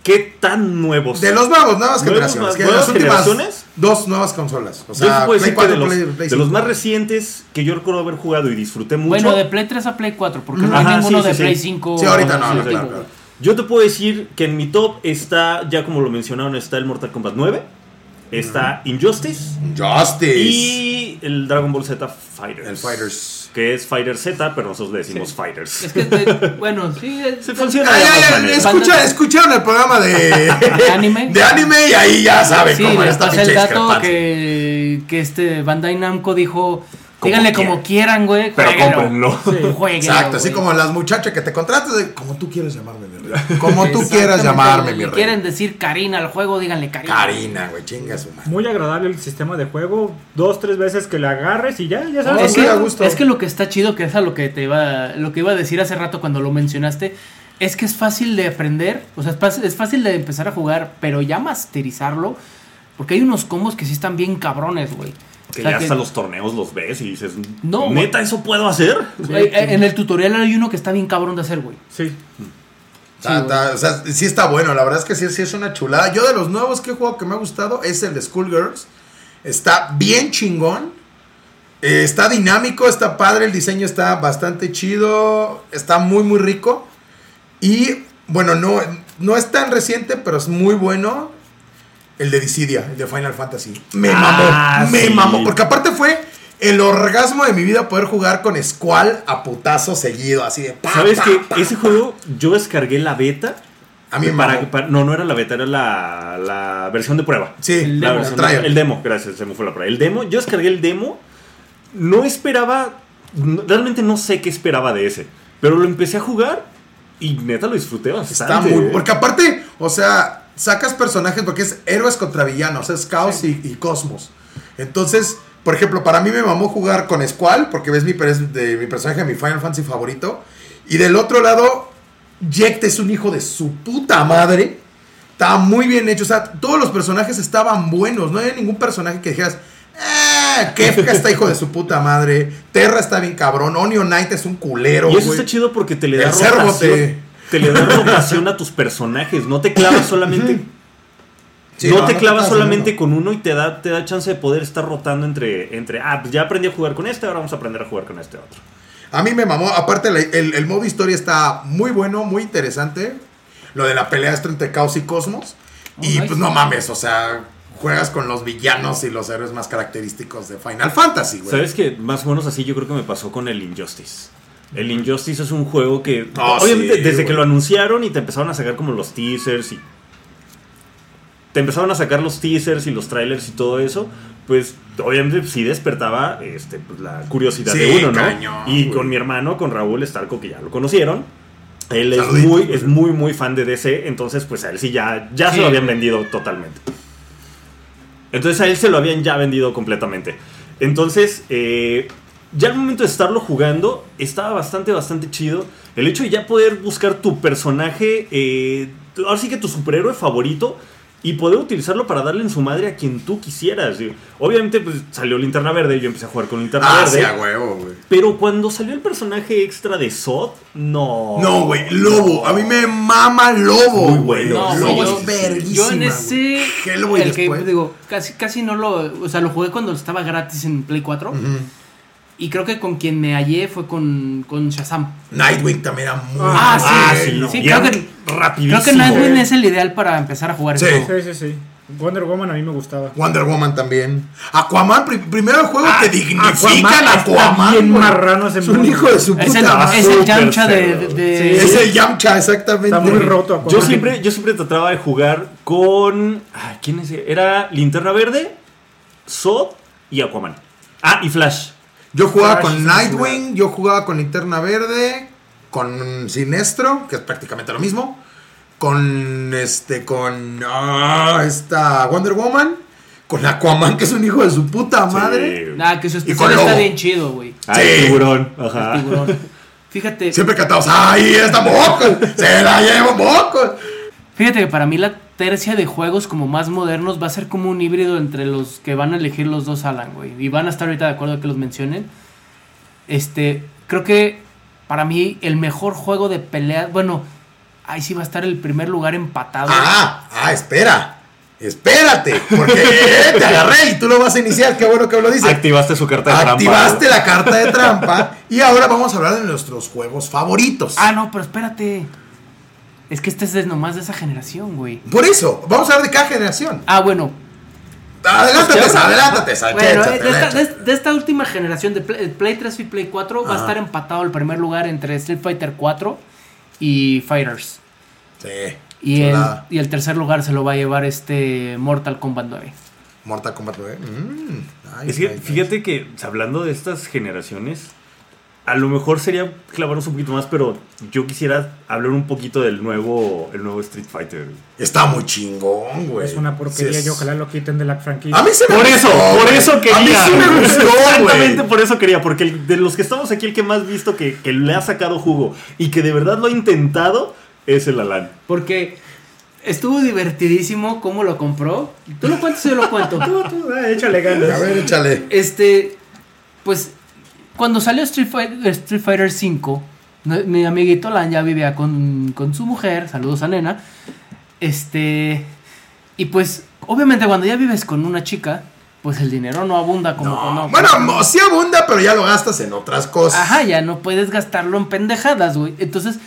S4: ¿Qué tan nuevos?
S2: De los nuevos, nuevas
S4: ¿Nuevos,
S2: generaciones.
S4: más-
S2: Que de
S4: nuevas
S2: las últimas
S4: generaciones?
S2: dos nuevas consolas. O
S4: Yo
S2: sea,
S4: te puedo
S2: Ah, Play
S4: decir que
S2: 4,
S4: de los,
S2: Play-
S4: de
S2: Play
S4: los
S2: 5.
S4: más recientes que yo recuerdo haber jugado y disfruté mucho.
S3: Bueno, de Play 3 a Play 4, porque no
S4: Ajá,
S3: hay ninguno
S4: sí, sí,
S3: de
S4: sí.
S3: Play 5.
S2: Sí, ahorita no,
S3: Sí,
S2: no,
S3: sí,
S2: claro,
S3: sí.
S2: claro.
S4: Yo te puedo decir que en mi top está, ya como lo mencionaron, está el Mortal Kombat 9, está Injustice
S2: Justice.
S4: y el Dragon Ball Z Fighters.
S2: El Fighters.
S4: Que es Fighter Z, pero nosotros le decimos Fighters.
S3: Es que, te- bueno, sí. es-
S4: Se funciona
S2: Ay,
S4: de
S2: ay,
S4: ambas
S2: ay,
S4: maneras.
S2: escucha, escucharon el programa de,
S3: ¿De anime?
S2: de anime y ahí ya saben
S3: Sí,
S2: cómo
S3: les
S2: está
S3: pasa el
S2: pinche
S3: dato
S2: discrepancia.
S3: que, que este Bandai Namco dijo Díganle
S4: quieran.
S3: como quieran, güey.
S4: Pero
S3: juéguenlo.
S4: cómprenlo.
S3: Juéguenlo,
S2: Exacto, así
S3: güey.
S2: como las muchachas que te contratas, de, como tú quieres llamarme, mi rey. Como tú
S3: Exactamente,
S2: quieras llamarme,
S3: le
S2: mi rey.
S3: Quieren decir Karina al juego, díganle Karina.
S2: Karina, güey, chinga su madre.
S5: Muy agradable el sistema de juego. Dos, tres veces que la agarres y ya, ya sabes.
S3: Es
S2: sí,
S3: que,
S2: a gusto.
S3: es que lo que está chido, que es a lo que te iba, lo que iba a decir hace rato cuando lo mencionaste, es que es fácil de aprender, o sea, es fácil, es fácil de empezar a jugar, pero ya masterizarlo, porque hay unos combos que sí están bien cabrones, güey. O
S4: Que
S3: sea,
S4: ya
S3: que-
S4: hasta los torneos los ves y dices,
S3: No, güey.
S4: neta, ¿eso puedo hacer?
S3: eh, eh, En el tutorial hay uno que está bien cabrón de hacer, güey.
S5: Sí.
S2: Está- está- o sea, sí está bueno, la verdad es que sí, sí es una chulada. Yo de los nuevos que he jugado que me ha gustado es el de Schoolgirls. Está bien chingón. Eh, está dinámico, está padre, el diseño está bastante chido, está muy muy rico. Y bueno, no, no es tan reciente, pero es muy bueno. El de Dissidia, el de Final Fantasy. Me
S4: Ah,
S2: mamó, me
S4: sí.
S2: mamó. Porque aparte fue el orgasmo de mi vida poder jugar con Squall a putazo seguido, así de... pa,
S4: ¿Sabes
S2: pa,
S4: qué?
S2: pa.
S4: Ese juego yo descargué la beta.
S2: A mí me
S4: para,
S2: mamó.
S4: para- No, no era la beta, era la, la versión de prueba.
S2: Sí,
S3: El
S4: La
S3: demo.
S4: versión de-
S2: trailer.
S4: el demo, gracias, se me fue la palabra. El demo, yo descargué el demo. No esperaba. no- realmente no sé qué esperaba de ese. Pero lo empecé a jugar y neta lo disfruté bastante.
S2: Está muy.
S4: ¿eh?
S2: Porque aparte, o sea, sacas personajes porque es héroes contra villanos, es caos y, y cosmos. Entonces, por ejemplo, para mí me mamó jugar con Squall, porque ves mi, pers- de, mi personaje, mi Final Fantasy favorito. Y del otro lado, Jekt es un hijo de su puta madre. Estaba muy bien hecho. O sea, todos los personajes estaban buenos. No había ningún personaje que dijeras. Ah, Kefka está hijo de su puta madre. Terra está bien cabrón. Onion Knight es un culero.
S4: Y eso
S2: güey.
S4: está chido porque te le da
S2: El cervo
S4: rotación.
S2: te-
S4: te le da rotación a tus personajes. No te clavas solamente.
S2: Sí,
S4: no, te clavas
S2: estás en
S4: solamente
S2: uno.
S4: con uno y te da, te da chance de poder estar rotando entre, entre. Ah, pues ya aprendí a jugar con este, ahora vamos a aprender a jugar con este otro.
S2: A mí me mamó. Aparte, la- el, el modo historia está muy bueno, muy interesante. Lo de la pelea esto entre Caos y Cosmos.
S3: Oh,
S2: y
S3: nice.
S2: pues no mames, o sea, juegas con los villanos y los héroes más característicos de Final Fantasy, güey.
S4: ¿Sabes que Más o menos así yo creo que me pasó con el Injustice. El Injustice es un juego que.
S2: Ah,
S4: obviamente,
S2: sí,
S4: desde
S2: güey.
S4: que lo anunciaron y te empezaron a sacar como los teasers y. Te empezaron a sacar los teasers y los trailers y todo eso. Pues obviamente sí despertaba este, pues, la curiosidad
S2: Sí,
S4: de uno, ¿no?
S2: cañón,
S4: y
S2: güey.
S4: con mi hermano, con Raúl Estarco, que ya lo conocieron. Él es
S2: Saluditos,
S4: muy,
S2: güey.
S4: es muy, muy fan de DC, entonces pues a él sí ya, ya
S3: Sí.
S4: se lo habían vendido totalmente. Entonces a él se lo habían ya vendido completamente. Entonces, eh, ya al momento de estarlo jugando, estaba bastante, bastante chido. El hecho de ya poder buscar tu personaje, eh, tu- ahora sí que tu superhéroe favorito, y poder utilizarlo para darle en su madre a quien tú quisieras. digo. Obviamente, pues salió Linterna Verde, yo empecé a jugar con Linterna
S2: Ah, sí,
S4: Verde.
S2: a huevo, güey.
S4: pero cuando salió el personaje extra de Sod, no.
S2: No, güey, Lobo. A mí me mama Lobo.
S4: Oh. Muy
S2: güey.
S4: bueno.
S3: No,
S2: Lobo es
S3: güey, yo-
S2: verguísima,
S3: Yo en
S2: güey.
S3: ese.
S2: Hellboy
S3: el que,
S2: después.
S3: digo, casi, casi no lo. O sea, lo jugué cuando estaba gratis en Play 4.
S2: Ujú.
S3: Y creo que con quien me hallé fue con, con Shazam.
S2: Nightwing también era muy.
S5: Ah,
S2: bueno.
S3: sí,
S4: Ah,
S3: sí,
S4: sí,
S3: no.
S4: sí,
S3: creo
S4: creo
S3: que-
S4: que rapidísimo.
S3: Creo que Nightwing es el ideal para empezar a jugar
S2: Sí.
S3: ese juego.
S5: Sí, sí, sí. Wonder Woman a mí me gustaba.
S2: Wonder Woman también. Aquaman, pri- primero el juego que dignifican
S5: Ah, Aquaman
S2: a
S5: está
S2: Aquaman.
S5: bien
S2: güey.
S5: marrano ese
S2: es un
S5: mundo.
S2: hijo de su
S3: Es
S2: puta
S3: el,
S2: madre.
S3: es el
S4: Súper
S3: Yamcha de.
S4: cero.
S3: de-
S5: Sí.
S2: Es el Yamcha, exactamente.
S5: Está muy roto. Aquaman.
S4: Yo siempre, yo siempre trataba de jugar con. ah, ¿Quién es? ese? Era Linterna Verde, Sod y Aquaman. Ah, y Flash.
S2: Yo jugaba
S5: Flash
S2: con
S5: es una
S2: Nightwing, yo jugaba con Linterna Verde, con Sinestro, que es prácticamente lo mismo, con este, con ah, esta Wonder Woman, con Aquaman, que es un hijo de su puta madre.
S4: Sí.
S3: Nah, que su
S2: con
S3: especial está
S2: lobo.
S3: bien chido, güey.
S4: Ah, el
S2: Sí.
S4: tiburón. Ajá.
S3: Tiburón. Fíjate.
S2: Siempre cantamos, ¡ay, esta mocos! ¡Se la llevo mocos!
S3: Fíjate que para mí la tercia de juegos como más modernos va a ser como un híbrido entre los que van a elegir los dos Alan, güey. Y van a estar ahorita de acuerdo que los mencionen. Este, creo que para mí el mejor juego de pelea, bueno, ahí sí va a estar el primer lugar empatado.
S2: Ah, ah, espera. Espérate, porque eh, te agarré y tú lo vas a iniciar. Qué bueno que lo dices.
S4: Activaste su carta de trampa.
S2: Activaste la carta de trampa y ahora vamos a hablar de nuestros juegos favoritos.
S3: Ah, no, pero espérate. Es que este es de- nomás de esa generación, güey.
S2: Por eso, vamos a hablar de cada generación.
S3: Ah, bueno.
S4: Pues
S2: Adelántate, Sa, adelántate, Sa,
S3: Bueno,
S2: échate,
S3: de esta,
S2: échate.
S3: de esta- de esta última generación de Play, Play 3 y Play 4 va a
S2: Ajá.
S3: estar empatado el primer lugar entre Street Fighter 4 y Fighters.
S2: Sí,
S3: Y el,
S2: chulada.
S3: y el tercer lugar se lo va a llevar este Mortal Kombat 9.
S2: Mortal Kombat 9. Mm, nice,
S4: Es que
S2: nice, nice.
S4: fíjate que o sea, hablando de estas generaciones, a lo mejor sería clavarnos un poquito más, pero yo quisiera hablar un poquito del nuevo, el nuevo Street Fighter. güey.
S2: Está muy chingón, güey.
S5: Es una porquería
S2: Sí, es-
S5: y ojalá lo quiten de la franquicia.
S2: A mí se me
S4: Por eso,
S2: gustó,
S4: por
S2: güey.
S4: eso quería.
S2: A mí sí me gustó,
S4: Exactamente
S2: güey.
S4: por eso quería, porque el- de los que estamos aquí, el que más visto que, que le ha sacado jugo y que de verdad lo ha intentado es el Alan.
S3: Porque estuvo divertidísimo cómo lo compró. ¿Tú lo cuentas o yo lo cuento?
S5: Tú, tú, ah, échale ganas.
S2: A ver, échale.
S3: Este, pues, cuando salió Street Fighter, Street Fighter 5, mi amiguito Lan ya vivía con, con su mujer, saludos a Nena. Este, y pues, obviamente cuando ya vives con una chica, pues el dinero no abunda como
S2: No,
S3: cuando-
S2: bueno, mo- sí abunda, pero ya lo gastas en otras cosas.
S3: Ajá, ya no puedes gastarlo en pendejadas, güey. Entonces,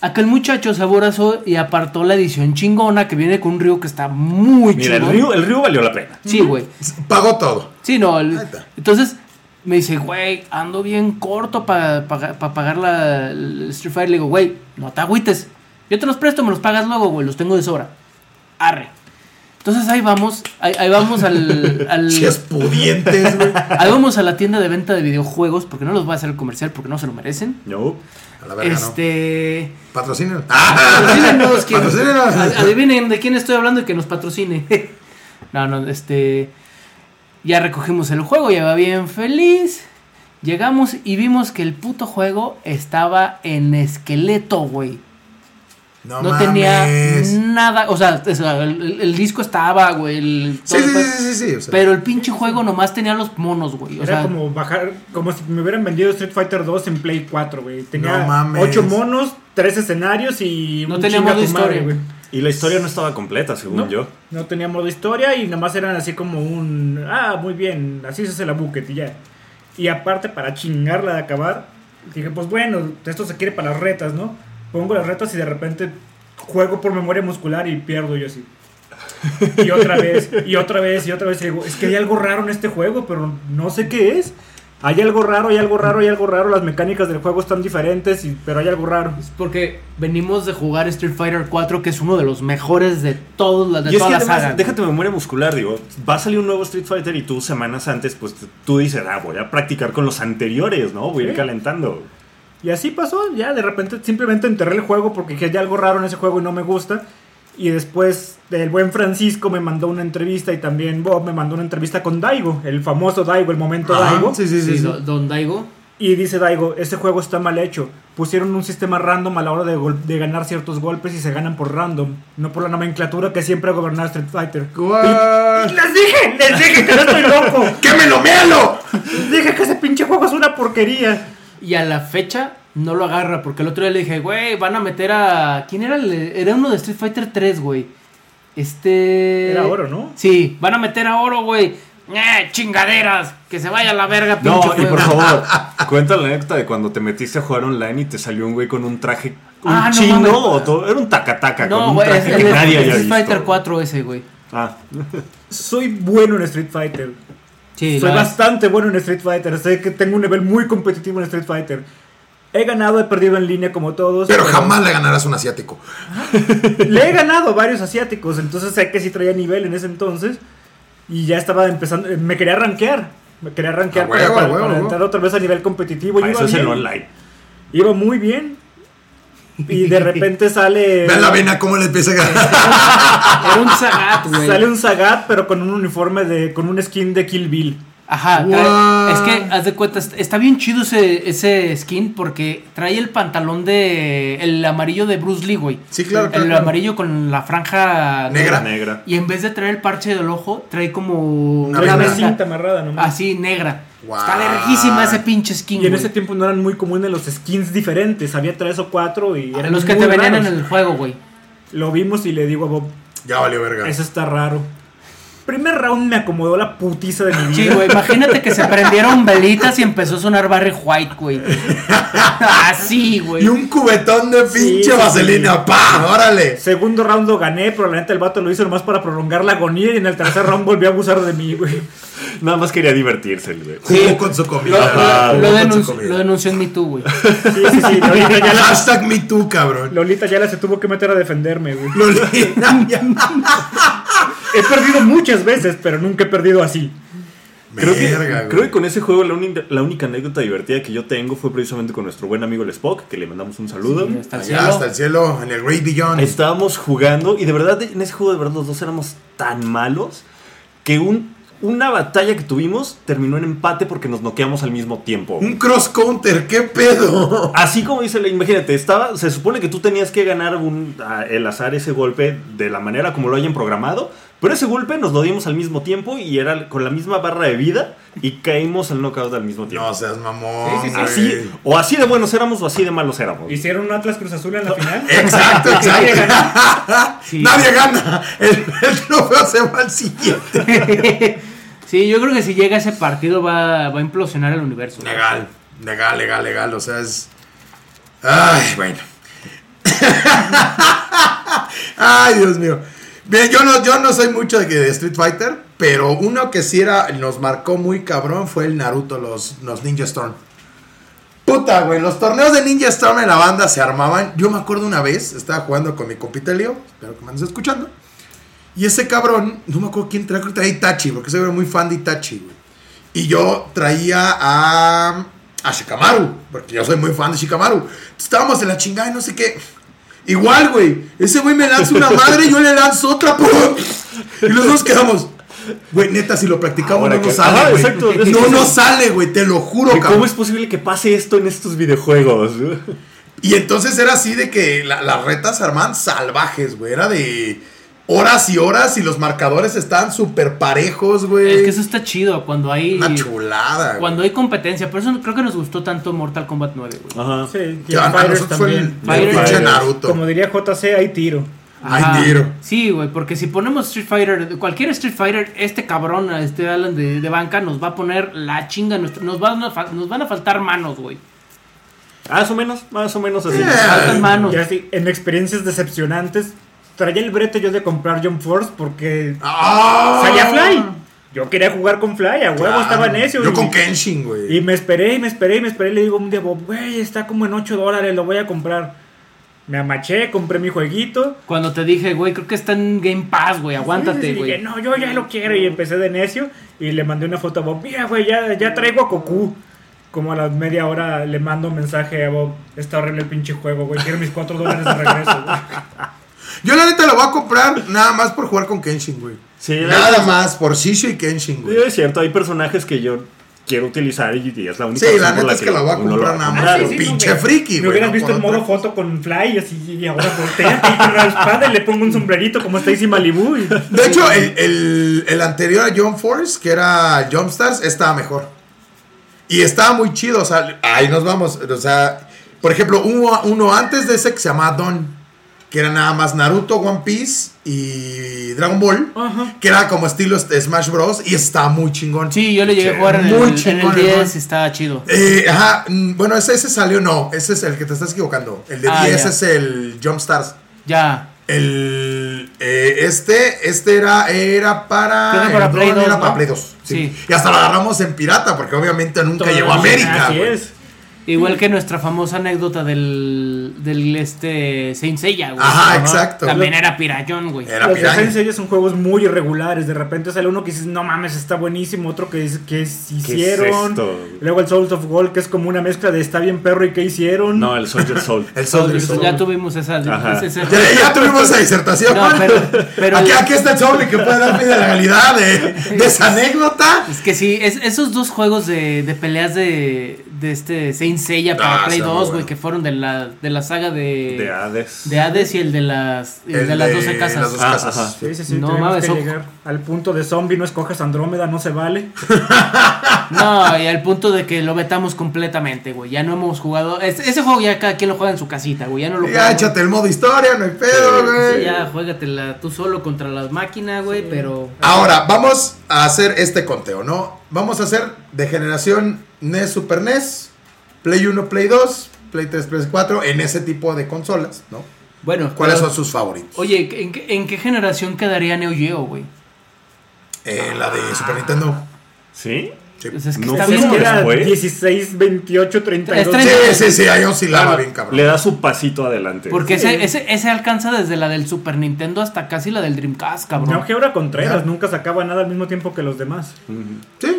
S3: aquel muchacho se aborazó y apartó la edición chingona que viene con un río que está muy
S4: Mira, el
S3: chingón.
S4: río, el río valió la pena.
S3: Sí, güey.
S2: Pagó todo.
S3: Sí, no. el-
S2: Ahí está.
S3: entonces me dice, güey, ando bien corto para pagar la el Street Fighter. Le digo, güey, no te agüites. Yo te los presto, me los pagas luego, güey, los tengo de sobra. Arre. Entonces ahí vamos, ahí, ahí vamos al. al
S2: Chies pudientes, güey.
S3: ahí vamos a la tienda de venta de videojuegos, porque no los voy a hacer comercial, porque no se lo merecen.
S4: No.
S2: A la verga,
S3: este.
S2: no. Patrocínenos. Ah,
S3: Patrocínenos, ¿quién?
S2: Patrocínenos.
S3: Ad- Adivinen de quién estoy hablando y que nos patrocine. no, no, este. Ya recogimos el juego, ya va bien feliz. Llegamos y vimos que el puto juego estaba en esqueleto, güey.
S2: no
S3: No, tenía
S2: mames.
S3: nada. O sea, o sea, el, el- el disco estaba, güey. el-
S2: Sí,
S3: todo
S2: sí,
S3: fue-
S2: sí, sí, sí. o sea,
S3: Pero el pinche juego nomás tenía los monos, güey. O
S5: Era
S3: sea,
S5: como bajar, como si me hubieran vendido Street Fighter 2 en Play 4, güey. Tenía
S2: No mames.
S5: 8 monos, 3 escenarios y
S3: No
S5: un
S3: tenía
S5: chinga
S3: modo
S5: tu madre,
S3: historia.
S5: güey.
S4: Y la historia no estaba completa, según
S5: No,
S4: yo.
S5: no tenía modo historia y nomás eran así como un. Ah, muy bien, así se hace la bucket y ya. Y aparte, para chingarla de acabar, dije, pues bueno, esto se quiere para las retas, ¿no? Pongo las retas y de repente juego por memoria muscular y pierdo yo así. Y otra vez, y otra vez, y otra vez. y digo, es que hay algo raro en este juego, pero no sé qué es. Hay algo raro, hay algo raro, hay algo raro. Las mecánicas del juego están diferentes, y- pero hay algo raro.
S3: es porque venimos de jugar Street Fighter 4, que es uno de los mejores de todas las de
S4: y es que
S3: toda la
S4: además,
S3: saga, güey.
S4: déjate memoria muscular, digo, va a salir un nuevo Street Fighter y tú semanas antes, pues t- tú dices, ah, voy a practicar con los anteriores, ¿no? Voy a ir
S5: Sí.
S4: calentando.
S5: Y así pasó, ya de repente simplemente enterré el juego porque dije, hay algo raro en ese juego y no me gusta. Y después el buen Francisco me mandó una entrevista y también Bob me mandó una entrevista con Daigo, el famoso Daigo, el momento
S2: Ajá,
S5: Daigo.
S2: Sí, sí, sí.
S3: Sí,
S2: sí.
S3: do- Don Daigo.
S5: Y dice Daigo, este juego está mal hecho. Pusieron un sistema random a la hora de, gol- de ganar ciertos golpes y se ganan por random, no por la nomenclatura que siempre ha gobernado Street Fighter.
S2: Guau.
S5: ¡Les dije! ¡Les dije que no estoy loco!
S2: ¡Quémelo, méalo!
S5: ¡Les dije que ese pinche juego es una porquería!
S3: Y a la fecha no lo agarra, porque el otro día le dije, güey, van a meter a. ¿Quién era? el- Era uno de Street Fighter 3, güey. Este.
S5: Era oro, ¿no?
S3: Sí, van a meter a oro, güey. ¡Eh, chingaderas! Que se vaya a la verga,
S4: No,
S3: pinche
S4: y
S3: juego.
S4: por favor, cuenta la anécdota de cuando te metiste a jugar online y te salió un güey con un traje, un
S3: Ah, no
S4: chino
S3: mames.
S4: o todo, era un tacataca con
S3: No,
S4: un
S3: güey, es
S4: traje
S3: el
S4: que nadie había
S3: Street
S4: visto.
S3: Fighter 4 ese, güey.
S4: Ah,
S5: Soy bueno en Street Fighter.
S3: Sí,
S5: Soy
S3: la-
S5: bastante bueno en Street Fighter. Sé que tengo un nivel muy competitivo en Street Fighter. He ganado, he perdido en línea como todos.
S2: Pero jamás le ganarás a un asiático.
S5: Le he ganado a varios asiáticos. Entonces sé que sí traía nivel en ese entonces. Y ya estaba empezando. eh, Me quería rankear. Me quería rankear
S2: A
S5: para,
S2: huevo,
S5: para-
S2: a huevo,
S5: para
S2: a huevo.
S5: entrar otra vez a nivel competitivo.
S4: para
S5: Iba
S4: eso es el
S5: bien,
S4: online.
S5: Iba muy bien. Y de repente sale.
S2: Vean la vena cómo le empieza a ganar.
S3: Era un Zagat, güey.
S5: Sale un Sagat, pero con un uniforme de. con un skin de Kill Bill.
S3: Ajá,
S2: What?
S3: trae- es que haz de cuenta, est- está bien chido ese, ese skin porque trae el pantalón de el amarillo de Bruce Lee, güey.
S2: Sí, claro,
S3: El,
S2: claro, claro.
S3: amarillo con la franja
S2: Negra.
S4: Negra.
S3: Y en vez de traer el parche del ojo, trae como
S2: Una
S5: Trae una
S2: venda.
S5: cinta amarrada nomás.
S3: así negra.
S2: Wow.
S3: Está larguísima ese pinche skin.
S5: Y en
S3: güey.
S5: ese tiempo no eran muy comunes los skins diferentes, había tres o cuatro y eran
S3: Ah, los que
S5: muy
S3: te venían
S5: raros.
S3: en el juego, güey.
S5: Lo vimos y le digo a Bob,
S2: Ya valió verga.
S5: eso está raro. Primer round me acomodó la putiza de mi vida.
S3: Sí, güey, imagínate que se prendieron velitas y empezó a sonar Barry White, güey. Así, güey.
S2: Y un cubetón de pinche
S5: Sí, sí,
S2: vaselina.
S5: sí.
S2: ¡Pa! ¡Órale!
S5: Segundo round lo gané, pero la neta el vato lo hizo nomás para prolongar la agonía y en el tercer round volvió a abusar de mí, güey.
S4: Nada más quería divertirse el güey.
S2: Jugó
S3: Sí.
S2: con su
S3: Lo,
S2: comida. Jugó
S3: lo- lo
S2: con su
S3: denunció,
S2: comida.
S3: lo denunció en Me Too, güey.
S5: Sí, sí, sí. Lolita ya la,
S2: Hashtag me too, cabrón.
S5: Lolita ya la se tuvo que meter a defenderme, güey.
S2: Lolita.
S5: He perdido muchas veces, pero nunca he perdido así.
S4: Creo que,
S2: Verga, güey.
S4: creo que con ese juego la, uni- la única anécdota divertida que yo tengo fue precisamente con nuestro buen amigo el Spock, que le mandamos un saludo.
S3: Sí, hasta el
S2: Allá
S3: cielo.
S2: hasta el cielo, en el Great Beyond.
S4: Estábamos jugando y de verdad en ese juego de verdad los dos éramos tan malos que un, una batalla que tuvimos terminó en empate porque nos noqueamos al mismo tiempo.
S2: Un cross counter, qué pedo.
S4: Así como dice, la- imagínate, estaba, se supone que tú tenías que ganar un, a- el azar ese golpe de la manera como lo hayan programado, pero ese golpe nos lo dimos al mismo tiempo y era con la misma barra de vida y caímos al knockout al mismo tiempo.
S2: No seas mamón.
S5: Sí, sí, sí.
S2: güey.
S4: Así, o así de buenos éramos o así de malos éramos.
S5: Hicieron un Atlas Cruz Azul en la final.
S2: Exacto,
S5: Nadie
S2: exacto.
S5: ganó.
S3: Sí.
S2: Eh, Nadie gana. El, el trofeo se va al siguiente.
S3: Sí, yo creo que si llega ese partido va, va a implosionar el universo.
S2: Legal, legal, legal, legal. O sea, es. Ay, bueno. Ay, Dios mío. Bien, yo no, yo no soy mucho de que de Street Fighter, pero uno que sí era, nos marcó muy cabrón fue el Naruto, los, los Ninja Storm. Puta, güey, los torneos de Ninja Storm en la banda se armaban. Yo me acuerdo una vez, estaba jugando con mi compita Leo, espero que me andes escuchando. Y ese cabrón, no me acuerdo quién traía, creo que traía Itachi, porque soy muy fan de Itachi, güey. Y yo traía a, a Shikamaru, porque yo soy muy fan de Shikamaru. Entonces, Estábamos en la chingada y no sé qué. Igual, güey. Ese güey me lanza una madre y yo le lanzo otra. ¡pum! Y los dos quedamos. Güey, neta, si lo practicamos
S4: Ahora
S2: no
S4: que-
S2: nos
S4: Ajá,
S2: sale, güey.
S4: exacto. Es
S2: No
S4: que-
S2: nos sale, güey, te lo juro,
S4: ¿Cómo
S2: cabrón.
S4: es posible que pase esto en estos videojuegos?
S2: Y entonces era así de que la- las retas se armaban salvajes, güey. Era de horas y horas y los marcadores estaban súper parejos, güey.
S3: Es que eso está chido cuando hay
S2: Una chulada, güey.
S3: cuando hay competencia. Por eso creo que nos gustó tanto Mortal Kombat 9, güey.
S4: Ajá.
S5: Sí, y
S2: Que a- a
S5: Fighters
S2: nosotros fue el,
S5: también.
S2: el
S3: Fighters.
S2: pinche
S4: Fighters.
S2: Naruto.
S5: Como diría JC, hay tiro.
S3: Ajá.
S2: Ay, tiro.
S3: Sí, güey, porque si ponemos Street Fighter, cualquier Street Fighter, este cabrón, a este Alan de, de banca, nos va a poner la chinga. nuestra- nos, van a, fa- nos van a faltar manos, güey.
S4: Más o menos, más o menos así.
S2: Yeah.
S3: Faltan manos.
S5: Y así, en experiencias decepcionantes, traía el brete yo de comprar Jump Force porque
S2: ¡Ah!
S5: salía Fly. Yo quería jugar con Fly, a huevo
S2: Claro.
S5: estaba necio.
S2: Yo
S5: y-
S2: con Kenshin, güey.
S5: Y me esperé, y me esperé, y me esperé. Y le digo un día, Bob, güey, está como en 8 dólares, lo voy a comprar. Me amaché, compré mi jueguito.
S3: Cuando te dije, güey, creo que está en Game Pass, güey,
S5: Y
S3: aguántate,
S5: dije,
S3: güey.
S5: no, yo ya lo quiero. Y empecé de necio. Y le mandé una foto a Bob. Mira, güey, ya, ya traigo a Goku. Como a la media hora le mando un mensaje a Bob. Está horrible el pinche juego, güey. Quiero mis 4 dólares de regreso, güey.
S2: Yo la neta lo voy a comprar nada más por jugar con Kenshin, güey.
S4: Sí,
S2: Nada más, por Shisho y Kenshin,
S4: Sí,
S2: güey.
S4: es cierto, hay personajes que yo quiero utilizar y y es la única
S2: Sí, la
S4: razón por
S2: neta es que la voy a
S4: uno
S2: comprar
S4: va
S2: nada más.
S3: Ah,
S4: comprar.
S2: Claro, pinche friki,
S5: Me
S2: güey,
S5: hubieras
S2: no
S5: visto
S2: por
S5: en
S2: otra
S5: modo foto con Fly y así, y ahora volteate y con la espada y le pongo un sombrerito como Stacy Malibu. y-
S2: De hecho, el, el- el anterior a John Force, que era Jumpstars, estaba mejor. Y estaba muy chido, o sea, ahí nos vamos. O sea, por ejemplo, hubo uno antes de ese que se llamaba Don, que era nada más Naruto, One Piece y Dragon Ball,
S5: Ajá.
S2: que era como estilo este, Smash Bros. y estaba muy chingón.
S3: Sí, yo le llegué a jugar en
S2: Muy
S3: el, en el
S2: chingón,
S3: 10
S2: hermano.
S3: y estaba chido.
S2: Eh, ajá, mm, bueno, ese, ese salió, no, ese es el que te estás equivocando. El de
S3: Ah,
S2: 10
S3: ya.
S2: es el Jumpstars.
S3: Ya.
S2: El, eh, este, este era, era para.
S3: Era para
S2: el
S3: Play
S2: Don
S3: 2,
S2: era
S3: ¿no?
S2: para Play 2, sí.
S3: Sí.
S2: Y hasta lo agarramos en pirata, porque obviamente nunca llegó a América.
S5: Así
S2: güey.
S5: es.
S3: Igual que nuestra famosa anécdota del, del este Saint Seiya, güey.
S2: Ajá, exacto.
S3: También era pirayón, güey.
S2: Era
S5: Los de
S2: pirata.
S5: Saints son juegos muy irregulares. De repente sale uno que dices, no mames, está buenísimo. Otro que dices, ¿qué es- hicieron?
S4: esto?
S5: Luego el Souls of Gold, que es como una mezcla de está bien perro y qué hicieron.
S4: No, el Soldier Soul.
S2: El Soldier
S3: Entonces,
S2: Soul.
S3: ya tuvimos esa.
S4: Ajá.
S3: ese-
S2: Ya, ya tuvimos esa disertación.
S3: No, pero- pero-
S2: aquí, aquí está el sobre que puede dar fe de la realidad de, de esa anécdota.
S3: Es que sí, es- esos dos juegos de, de peleas de, de este Saint Seiya para
S2: Ah,
S3: Play
S2: está muy
S3: 2, güey,
S2: bueno.
S3: que fueron de la, de la saga de,
S4: De Hades.
S3: de Hades y el de las, el de las 12 casas.
S2: las 12
S4: Ah,
S2: casas.
S4: ajá.
S5: Sí, sí, sí,
S3: No
S5: tenemos
S3: mames,
S5: que
S3: son-
S5: llegar al punto de zombie, no escojas Andrómeda, no se vale.
S3: No, y al punto de que lo vetamos completamente, güey. Ya no hemos jugado. es- ese juego ya cada quien lo juega en su casita, güey. Ya no lo
S2: Ya
S3: jugamos.
S2: échate el modo historia, no hay pedo,
S4: Sí,
S2: güey.
S3: Sí, ya juégatela tú solo contra las máquinas, güey, pero.
S2: Ahora, vamos a hacer este conteo, ¿no? Vamos a hacer de generación NES, Super NES, Play 1, Play 2, Play 3, Play 4, en ese tipo de consolas, ¿no?
S3: Bueno,
S2: ¿Cuáles
S3: pero-
S2: son sus favoritos?
S3: Oye, ¿en qué, en qué generación quedaría Neo Geo, güey?
S2: Eh, la de Super Nintendo.
S4: ¿Sí?
S2: Sí.
S3: O sea, es que
S4: No
S3: está
S4: sé
S3: bien.
S4: cómo
S5: que era
S4: Después.
S5: 16, 28, 32.
S3: Es
S2: Sí, sí, sí, ahí oscilaba bien, cabrón.
S4: Le da su pasito adelante.
S3: Porque
S5: Sí.
S3: ese, ese, ese alcanza desde la del Super Nintendo hasta casi la del Dreamcast, cabrón.
S5: No, Geura Contreras
S2: Ya.
S5: nunca sacaba nada al mismo tiempo que los demás.
S2: Sí. Pero,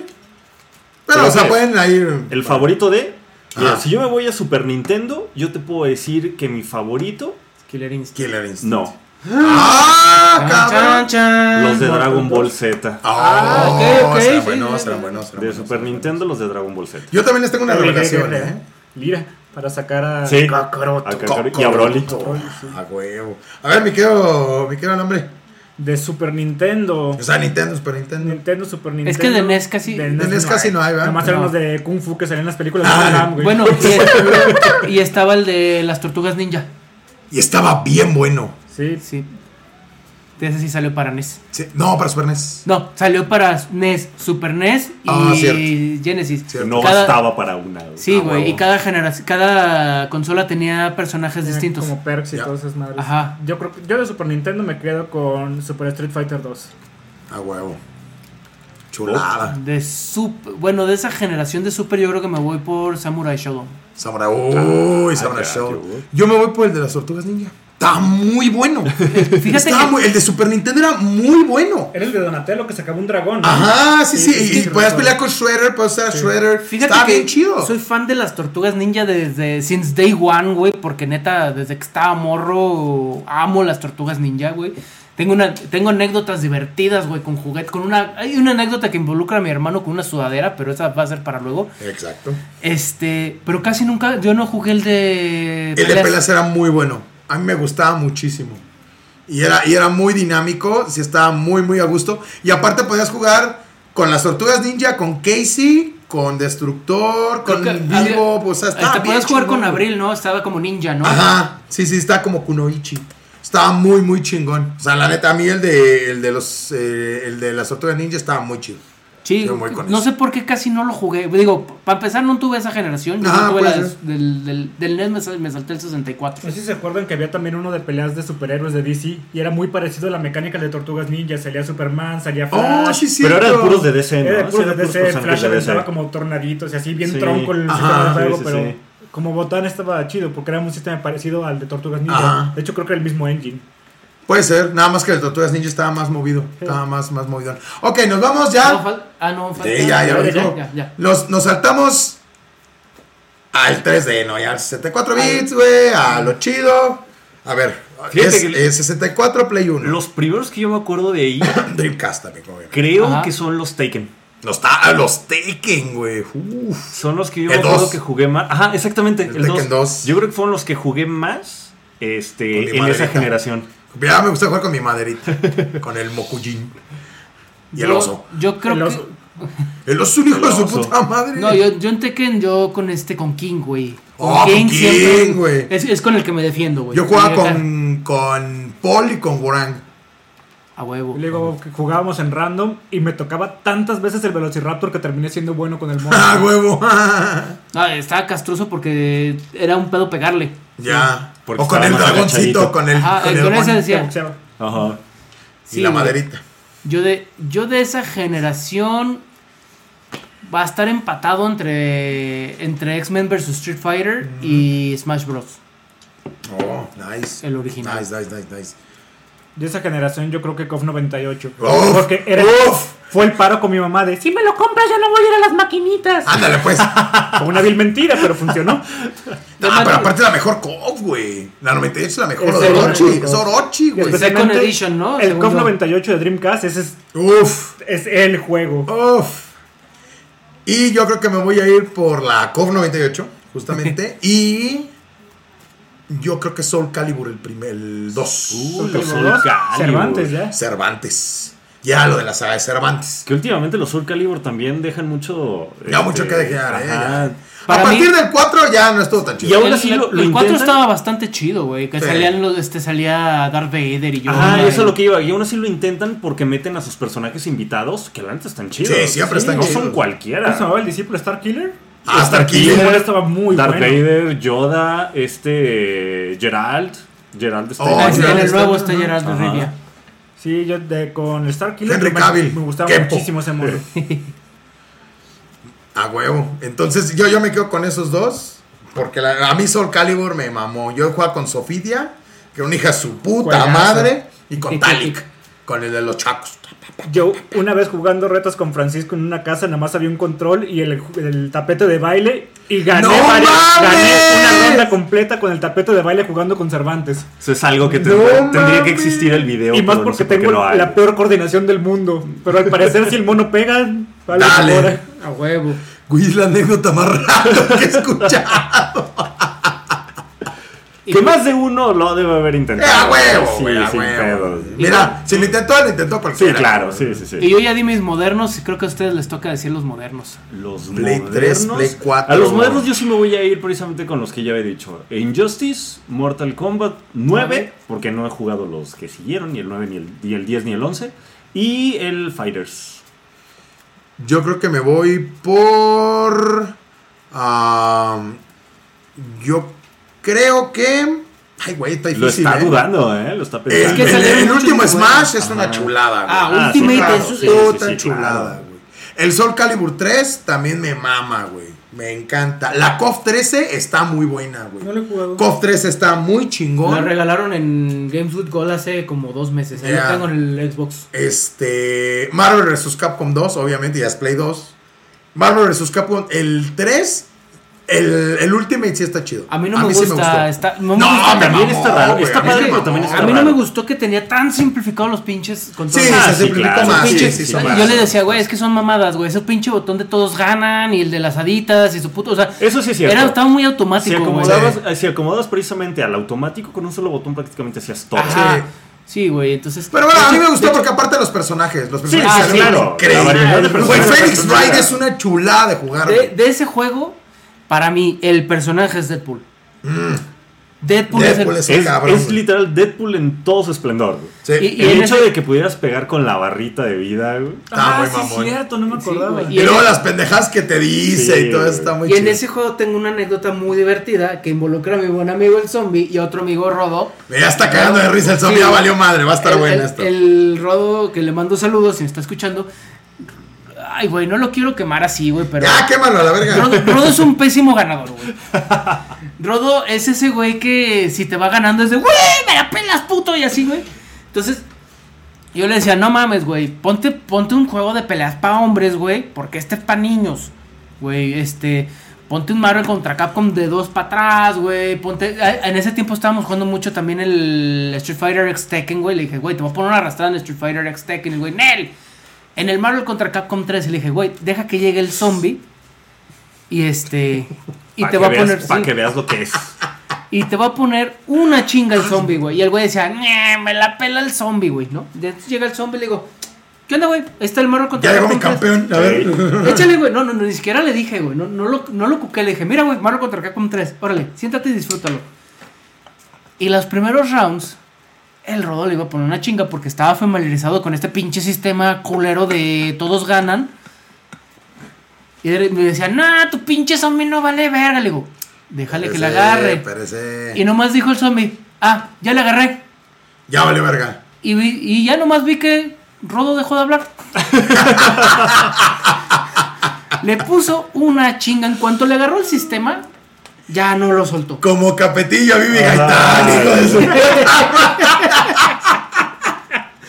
S4: Pero,
S2: o sea,
S4: ¿qué?
S2: pueden ahí.
S4: El favorito de. Mira,
S2: Ajá.
S4: si yo me voy a Super Nintendo, yo te puedo decir que mi favorito.
S3: Killer Instinct.
S2: Killer Instinct.
S4: No.
S2: ¡Ah, cabrón!
S3: Chan, chan.
S4: Los de
S5: Mortal
S4: Dragon Ball
S5: Kombat.
S4: Z.
S2: Ah,
S3: Ah, ok, ok,
S2: serán
S3: sí,
S2: buenos,
S3: sí,
S2: serán
S3: sí.
S2: buenos, serán
S4: De
S2: buenos,
S4: Super
S2: serán
S4: Nintendo, los de Dragon Ball Z.
S2: buenos. Yo también les tengo una revelación,
S5: Lira,
S2: ¿eh?
S5: Lira, para sacar a
S4: Sí.
S5: Kakaroto.
S4: A Kakaroto. Y a Broly.
S2: A huevo. A ver, me quedo, me quedo el hambre.
S5: De Super Nintendo.
S2: O sea, Nintendo, Super Nintendo.
S5: Nintendo, Super Nintendo.
S3: Es que de NES casi-
S5: De E
S3: de
S2: NES E casi no hay, ¿verdad?
S5: Nada más eran
S3: No.
S5: los de Kung Fu que salían en las películas
S2: Ah,
S5: de Vietnam, güey.
S3: Bueno, y, y estaba el de las tortugas ninja.
S2: Y estaba bien bueno.
S5: Sí,
S3: Sí. De ese sí salió para NES.
S2: Sí, No, para Super E NES.
S3: No, salió para NES, Super NES y
S2: Ah, cierto.
S3: Genesis.
S2: Cierto.
S4: No
S3: Cada-
S4: bastaba para una. güey.
S3: Sí,
S2: Ah,
S3: güey.
S2: huevo.
S3: y cada generación, cada consola tenía personajes
S5: tenían
S3: distintos.
S5: Como perks y
S2: Ya.
S5: todas esas madres.
S3: Ajá.
S5: Yo creo que- yo de Super Nintendo me quedo con Super Street Fighter 2.
S2: A huevo. Chulada.
S3: De Sup- bueno, de esa generación de Super yo creo que me voy por Samurai Shodown.
S2: Samurai. Uy, Samurai
S4: ya,
S2: Show.
S4: qué bueno.
S2: Yo me voy por el de las tortugas ninja. Está muy bueno.
S3: Fíjate
S2: Estaba
S3: que-
S2: muy- el de Super Nintendo era muy bueno.
S5: Era el de Donatello que sacaba un dragón. ¿no?
S2: Ajá, sí, sí.
S5: Sí, sí,
S2: y
S5: sí,
S2: podías
S5: recuerdo.
S2: pelear con Shredder, podías usar a Shredder.
S3: Fíjate
S2: Estaba
S3: que
S2: bien chido.
S3: soy fan de las tortugas ninja desde since day one, güey, porque neta, desde que estaba morro, amo las tortugas ninja, güey. Tengo, una, tengo anécdotas divertidas, güey, con juguetes. Con una, hay una anécdota que involucra a mi hermano con una sudadera, pero esa va a ser para luego.
S2: Exacto.
S3: Este, pero casi nunca, yo no jugué el de.
S2: El de pelas era muy bueno. A mí me gustaba muchísimo. Y era, y era muy dinámico, sí estaba muy, muy a gusto. Y aparte podías jugar con las tortugas ninja, con Casey, con Destructor,
S3: Creo
S2: con
S3: que
S2: Vivo.
S3: había-
S2: o sea,
S3: Hasta
S2: estaba bien
S3: podías jugar
S2: chingón,
S3: con
S2: güey.
S3: Abril, ¿no? Estaba como ninja, ¿no?
S2: Ajá, sí, sí, está como Kunoichi. Estaba muy, muy chingón. O sea, la neta, a mí el de, el de, los, eh, el de las tortugas ninja estaba muy chido.
S3: Sí,
S2: Yo voy con
S3: no
S2: eso.
S3: sé por qué casi no lo jugué. Digo, para empezar, no tuve esa generación. Yo
S2: Ah,
S3: no tuve
S2: puede
S3: la de-
S2: ser.
S3: del, del, del NES, me, sal- me salté el 64.
S5: No sé si se acuerdan que había también uno de peleas de superhéroes de DC y era muy parecido a la mecánica de Tortugas Ninja. Salía Superman, salía Flash.
S2: Oh, sí, sí.
S4: Pero eran puros de DC, ¿no?
S5: Era el
S4: Sí,
S5: puro de
S4: eran puros
S5: DC,
S4: personajes
S5: Flash
S4: de DC.
S5: aventaba como tornaditos y así bien
S4: Sí.
S5: tronco el
S2: Ajá,
S5: sistema de
S4: sí,
S5: juego,
S4: sí,
S5: pero
S4: sí.
S5: como botán estaba chido porque era un sistema parecido al de Tortugas Ninja.
S2: Ajá.
S5: De hecho creo que era el mismo engine.
S2: Puede ser, nada más que el de tortugas ninja estaba más movido. Estaba más, más movido. Ok, nos vamos ya.
S3: No, fal- ah, no, falta.
S2: Sí, ya, ya lo
S3: ya,
S2: dijo.
S3: ya, ya.
S2: Nos, nos saltamos al 3D, ¿no? Ya al 64 bits, güey, a lo chido. A ver,
S4: Fíjate
S2: es,
S4: que le-
S2: es 64 Play 1.
S4: Los primeros que yo me acuerdo de ahí,
S2: Dreamcast también, como bien.
S4: creo
S3: Ajá.
S4: que son los Taken.
S2: Los, ta- los Taken, güey. Uf.
S4: Son los que yo
S2: El
S4: me acuerdo
S2: dos.
S4: que jugué más. Ajá, exactamente.
S2: El
S4: El,
S2: Tekken
S4: 2.
S2: dos.
S4: Yo creo que fueron los que jugué más
S2: Con mi
S4: este, en
S2: maderita.
S4: esa generación.
S2: Ya me gusta jugar con mi maderita, con el mokujin. Y el
S3: Yo-
S2: oso.
S3: Yo creo
S5: El
S3: que.
S5: oso.
S2: El oso, un hijo
S4: El
S2: de su
S4: oso.
S2: puta madre.
S3: No, yo, yo en Tekken, yo con este, con King, güey.
S2: Oh, con King, güey.
S3: Es, es con el que me defiendo, güey.
S2: Yo jugaba
S3: Porque acá-
S2: con, con Paul y con Warang.
S3: A huevo.
S5: Y luego que jugábamos en random y me tocaba tantas veces el Velociraptor que terminé siendo bueno con el mono.
S2: ¡Ah, huevo!
S3: Ah, estaba castroso porque era un pedo pegarle.
S2: ya.
S4: Porque
S2: o con
S4: estaba
S2: el
S4: más
S2: dragoncito,
S4: agachadito.
S2: con el.
S3: Ajá, eh, con
S2: Juan.
S3: ese
S5: Que
S3: decía.
S5: boxeaba.
S4: Ajá.
S2: y la
S3: güey.
S2: maderita.
S3: Yo de, yo de esa generación va a estar empatado entre, entre X-Men vs. Street Fighter y Smash Bros.
S2: Oh, nice.
S3: El original.
S2: Nice, nice, nice, nice.
S5: De esa generación yo creo que KOF 98.
S2: Uf,
S5: porque era,
S2: uf.
S5: fue el paro con mi mamá de si me lo compras ya no voy a ir a las maquinitas.
S2: Ándale, pues. ah,
S5: Fue una vil mentira, pero funcionó.
S2: pero aparte la mejor COF, güey. La 98 es la mejor.
S5: Es
S2: o de
S5: el
S2: Orochi.
S5: mejor
S2: Es
S5: CoF.
S2: Orochi, güey.
S3: Después- Second Edition, ¿no?
S5: El
S3: Según
S5: KOF
S3: yo.
S5: 98 de Dreamcast, ese es,
S2: Uf,
S5: es el juego.
S2: uf. Y yo creo que me voy a ir por la COF 98, justamente. y. Yo creo que Soul Calibur, el primer, el 2.
S4: Uh,
S5: Los
S4: los Soul
S5: dos,
S4: Calibur.
S5: Cervantes, ya.
S2: Cervantes. Ya lo de la saga de Cervantes.
S4: Que últimamente los Soul Calibur también dejan mucho.
S2: Ya mucho que dejar,
S4: dejar,
S2: eh, ya.
S3: Para
S2: a partir
S3: mí-
S2: del 4 ya no estuvo tan
S4: Y
S2: chido.
S4: ahora sí lo- lo
S3: el 4
S4: intentan.
S3: estaba bastante chido, güey. Que
S2: Sí.
S3: salían los, este, salía Darth Vader y yo.
S4: Ajá,
S3: güey.
S4: Ah, eso es lo que iba. Y aún así lo intentan porque meten a sus personajes invitados que la neta están chidos.
S2: Sí, siempre están
S4: no
S2: chidos.
S4: son
S5: ¿Cómo se
S4: cualquiera.
S5: llamaba el discípulo Starkiller?
S2: Hasta aquí.
S5: Killer estaba muy
S4: Darth
S5: bueno.
S4: Vader, Yoda, este. Gerald. Gerald está
S2: Oh,
S3: Ah, sí,
S2: Gerald
S3: en el
S2: está-
S3: nuevo está
S2: ajá.
S3: Gerard de
S4: Ajá.
S3: Rivia.
S5: Sí, yo de, con el Starkiller
S2: Henry
S5: me-
S2: Cavill.
S5: me gustaba
S2: Kempo.
S5: muchísimo ese mono.
S2: A huevo. Entonces yo, yo me quedo con esos dos. Porque la- a mí Soul Calibur me mamó. Yo he jugado con Sofidia, que era una hija de su puta
S5: Juegazo.
S2: madre. Y con
S3: Y-
S2: Talik, con el de los chacos.
S5: Yo una vez jugando retas con Francisco en una casa, nada más había un control y el, el tapete de baile y gané,
S2: ¡No
S5: varias-
S2: mames!
S5: gané una ronda completa con el tapete de baile jugando con Cervantes.
S4: Eso es algo que
S2: No
S4: tendría, tendría
S2: mames.
S4: que existir el video.
S5: y
S4: pero
S5: más
S4: no
S5: porque
S4: sé por qué
S5: tengo
S4: lo hay.
S5: la peor coordinación del mundo. Pero al parecer si el mono pega, vale
S2: Dale.
S5: ahora.
S3: A huevo.
S2: Güey, es la anécdota más rara que he escuchado.
S3: Y
S4: Que
S3: pues,
S4: más de uno lo debe haber intentado.
S2: a huevo,
S4: Sí,
S2: güey, a
S4: sin
S2: huevo.
S4: pedos.
S2: Mira, si lo intentó, lo intentó
S4: Sí,
S2: cualquiera.
S4: claro, sí, sí, sí.
S3: Y yo ya di mis modernos y creo que a ustedes les toca decir los modernos.
S4: Los
S2: Play
S4: modernos.
S2: 3, Play 4.
S4: A los modernos yo sí me voy a ir precisamente con los que ya he dicho. Injustice, Mortal Kombat 9, porque no he jugado los que siguieron, ni el 9, ni el, ni el 10, ni el 11. Y el Fighters.
S2: Yo creo que me voy por. am, yo creo que. Ay, güey, está
S4: Lo
S2: difícil.
S4: está
S2: ¿eh?
S4: dudando, ¿eh? Lo está
S2: El,
S4: pensando.
S3: que
S2: el-
S3: salió
S2: el
S3: mucho
S2: último
S3: juego.
S2: Smash es una
S4: Ajá.
S2: chulada, güey.
S3: Ah,
S4: Ah, sí,
S3: Ultimate
S4: claro,
S3: es-
S4: sí, sí,
S2: Puta
S4: sí,
S2: chulada,
S4: claro.
S2: güey. El Soul Calibur 3 también me mama, güey. Me encanta. La CoF 13 está muy buena, güey.
S5: No lo he jugado.
S2: CoF 13 está muy
S3: Lo
S2: chingón.
S3: regalaron en Games with Gold hace como dos meses. Ahí
S2: Ya.
S3: lo tengo en el Xbox.
S2: Este. Marvel vs. Capcom 2, obviamente, ya es Play 2. Marvel vs. Capcom, el 3. El, el Ultimate sí está chido.
S3: A mí no me
S2: sí
S3: gusta,
S2: gustó.
S3: está-
S2: no,
S3: no me gusta,
S2: me
S4: también
S2: mamó,
S4: está raro,
S2: güey,
S4: está
S2: a mí
S4: padre,
S2: me
S4: pero también
S2: mamó.
S4: está
S3: A mí no
S4: raro.
S3: me gustó que tenía tan simplificados los pinches
S2: Sí,
S3: controles.
S4: Ah,
S2: se
S4: sí,
S2: simplificó
S4: claro,
S2: más.
S4: sí,
S2: sí,
S4: sí,
S2: sí,
S4: sí,
S2: son
S4: sí.
S2: más.
S3: Yo le decía, güey, es que son mamadas, güey. Ese pinche botón de todos ganan y el de las haditas y su puto. O sea,
S4: Eso sí es cierto.
S3: era, estaba muy
S4: Si
S3: automático, güey.
S4: acomodabas, si acomodabas precisamente al automático con un solo botón, prácticamente hacías todo.
S3: Ajá.
S2: Sí.
S3: Sí, güey, entonces.
S2: Pero bueno,
S3: De
S2: a mí
S3: hecho-
S2: me gustó
S3: de
S2: porque
S3: hecho,
S2: aparte los personajes, los
S4: Sí,
S2: personajes eran
S4: sí, claro. La variedad de
S2: increíbles. Güey,
S4: personajes
S2: Phoenix
S4: está
S2: Wright
S4: chida.
S2: es una chulada de jugar.
S3: de,
S2: güey.
S3: de ese juego, para mí, el personaje es Deadpool. Deadpool,
S2: Mm. Deadpool
S3: es
S2: es-
S3: el.
S4: Es,
S2: cabrón,
S4: es
S2: güey.
S4: literal Deadpool en todo su esplendor. güey.
S2: Sí,
S3: y-
S4: el
S3: en
S4: hecho
S3: ese-
S4: de que pudieras pegar con la barrita de vida, güey.
S2: Está ah, muy
S5: Ah, sí,
S2: mamón.
S5: cierto, no me
S3: Sí,
S5: acordaba.
S3: güey.
S2: y luego las pendejadas que te dice
S4: Sí,
S2: y todo
S4: güey.
S2: está muy
S3: Y en
S2: chido.
S3: ese juego tengo una anécdota muy divertida que involucra a mi buen amigo el zombie y a otro amigo Rodo.
S2: Me ya está cagando de risa el zombie,
S3: Sí,
S2: ya
S3: güey.
S2: valió madre, va a estar
S3: el,
S2: bueno
S3: el-
S2: esto.
S3: el Rodo que le mando saludos si me está escuchando. Ay, güey, no lo quiero quemar así, güey, pero.
S2: Ya, quémalo a la
S3: Rodo,
S2: verga.
S3: Rodo es un pésimo ganador, güey. Rodo es ese güey que si te va ganando es de, güey, me la pelas, puto, y así, güey. Entonces, yo le decía, no mames, güey, ponte, ponte un juego de peleas para hombres, güey, porque este es para niños, güey, este... Ponte un Marvel contra Capcom de dos para atrás, güey. Ponte. a- En ese tiempo estábamos jugando mucho también el Street Fighter X Tekken, güey. Le dije, güey, te voy a poner una arrastrada en Street Fighter X Tekken. Y el güey, Nel. En el Marvel contra Capcom 3. Y le dije, güey, deja que llegue el zombie. Y este. Y
S4: Pa'
S3: te
S4: que
S3: va a
S4: veas-
S3: poner.
S4: Pa'
S3: sí,
S4: que veas lo que es.
S3: y te va a poner una chinga el zombie, güey. Y el güey decía, "Ñe, me la pela el zombie, güey, ¿no? Y Entonces llega el zombie y le digo, ¿qué onda, güey? Ahí Está el Marvel contra
S2: Ya llegó mi
S3: Capcom 3".
S2: campeón. A ver.
S3: Échale, güey. No, no, no, ni siquiera le dije, güey. No, no, lo, no lo cuqué, le dije, mira, güey, Marvel contra Capcom 3. Órale, siéntate y disfrútalo. Y los primeros rounds, el Rodo le iba a poner una chinga porque estaba familiarizado con este pinche sistema culero de todos ganan. Y de- me decía, nah, tu pinche zombie no vale verga. Le digo, déjale que la agarre.
S2: Espérese.
S3: Y nomás dijo el zombie, ah, ya le agarré.
S2: Ya valió verga.
S3: Y, vi- y ya nomás vi que Rodo dejó de hablar. le puso una chinga. En cuanto le agarró el sistema, ya no lo soltó.
S2: Como capetillo a Vivi
S4: Ah.
S2: Gaitán, hijo de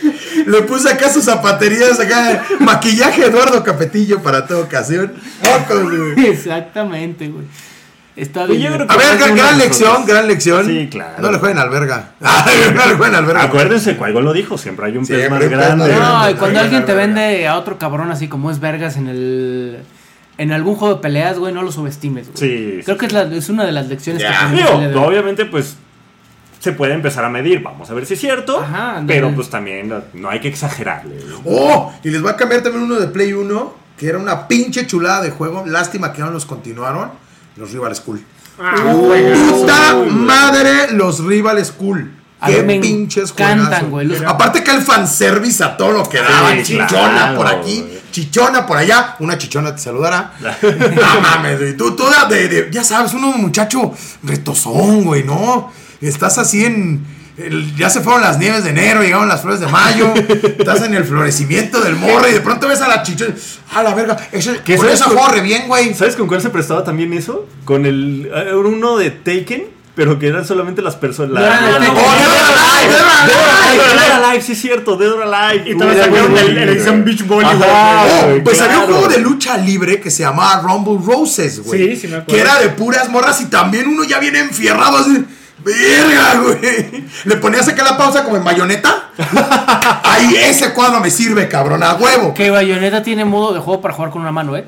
S2: su- Le puse acá sus zapaterías, acá maquillaje Eduardo Capetillo para toda ocasión. Mocos, güey.
S3: Exactamente, güey. Está
S4: Pues
S3: bien.
S4: yo
S3: güey.
S4: creo
S2: A ver, gran, gran
S4: Nosotros.
S2: lección, gran lección.
S4: Sí, claro. Ah,
S2: No le jueguen al verga. Ay, no le jueguen al verga.
S4: Acuérdense, Cualgo lo dijo, siempre hay un pez
S2: Siempre
S4: más
S2: hay un pez
S4: grande.
S2: más
S3: No,
S2: grande.
S3: y cuando
S2: Verga,
S3: alguien te
S2: verga.
S3: vende a otro cabrón así como es Vergas en el. En algún juego de peleas, güey, no lo subestimes, güey.
S4: Sí,
S3: Creo
S4: sí,
S3: que es, la- es una de las lecciones
S2: Ya.
S3: que aprendí el día de
S4: Digo,
S3: hoy.
S4: obviamente, pues se puede empezar a medir. Vamos a ver si es cierto.
S3: Ajá, ándale.
S4: pero pues también no- no hay que exagerarle.
S2: Oh, y les voy a cambiar también uno de Play 1, que era una pinche chulada de juego. Lástima que no los continuaron. Los Rival School.
S5: Ah, juegazo.
S2: Puta madre, los Rival School.
S3: A
S2: Qué
S3: mí me
S2: pinches
S3: encantan,
S2: juegazos.
S3: güey, los-
S2: Aparte que el fanservice a todo lo que daba.
S4: Sí,
S2: chichona
S4: claro,
S2: por aquí,
S4: güey.
S2: chichona por allá. Una chichona te saludará. no mames, güey. Tú, tú de- de- ya sabes, uno muchacho retozón, güey, ¿no? Estás así en. el- ya se fueron las nieves de enero, llegaron las flores de mayo, estás en el florecimiento del morro y de pronto ves a la chichona. A la verga, ese,
S4: ¿Qué
S2: con
S4: es
S2: esa
S4: eso?
S2: corre bien, güey.
S4: ¿Sabes con cuál se prestaba también eso? Con el eh, era uno de Taken, pero que eran solamente las personas.
S3: Ah,
S4: la-
S3: no,
S4: la-
S3: no,
S2: ¡Oh, Dead or Alive, Dead or Alive!
S4: Ay, Dead or Alive, sí es cierto, Dead or Alive.
S5: Y todavía
S4: Uy,
S5: sacaron
S4: güey.
S5: el- el edición Beach Volley,
S4: Ajá,
S5: güey.
S2: Oh,
S4: Ah, güey,
S2: pues había un
S4: claro.
S2: juego de lucha libre que se llamaba Rumble Roses, güey.
S5: Sí, sí me acuerdo.
S2: Que era de puras morras y también uno ya viene enfierrado así. Verga, güey. Le ponías acá la pausa como en mayoneta. Ahí ese cuadro me sirve, cabrón, a huevo.
S3: Que Bayonetta tiene modo de juego para jugar con una mano, ¿eh?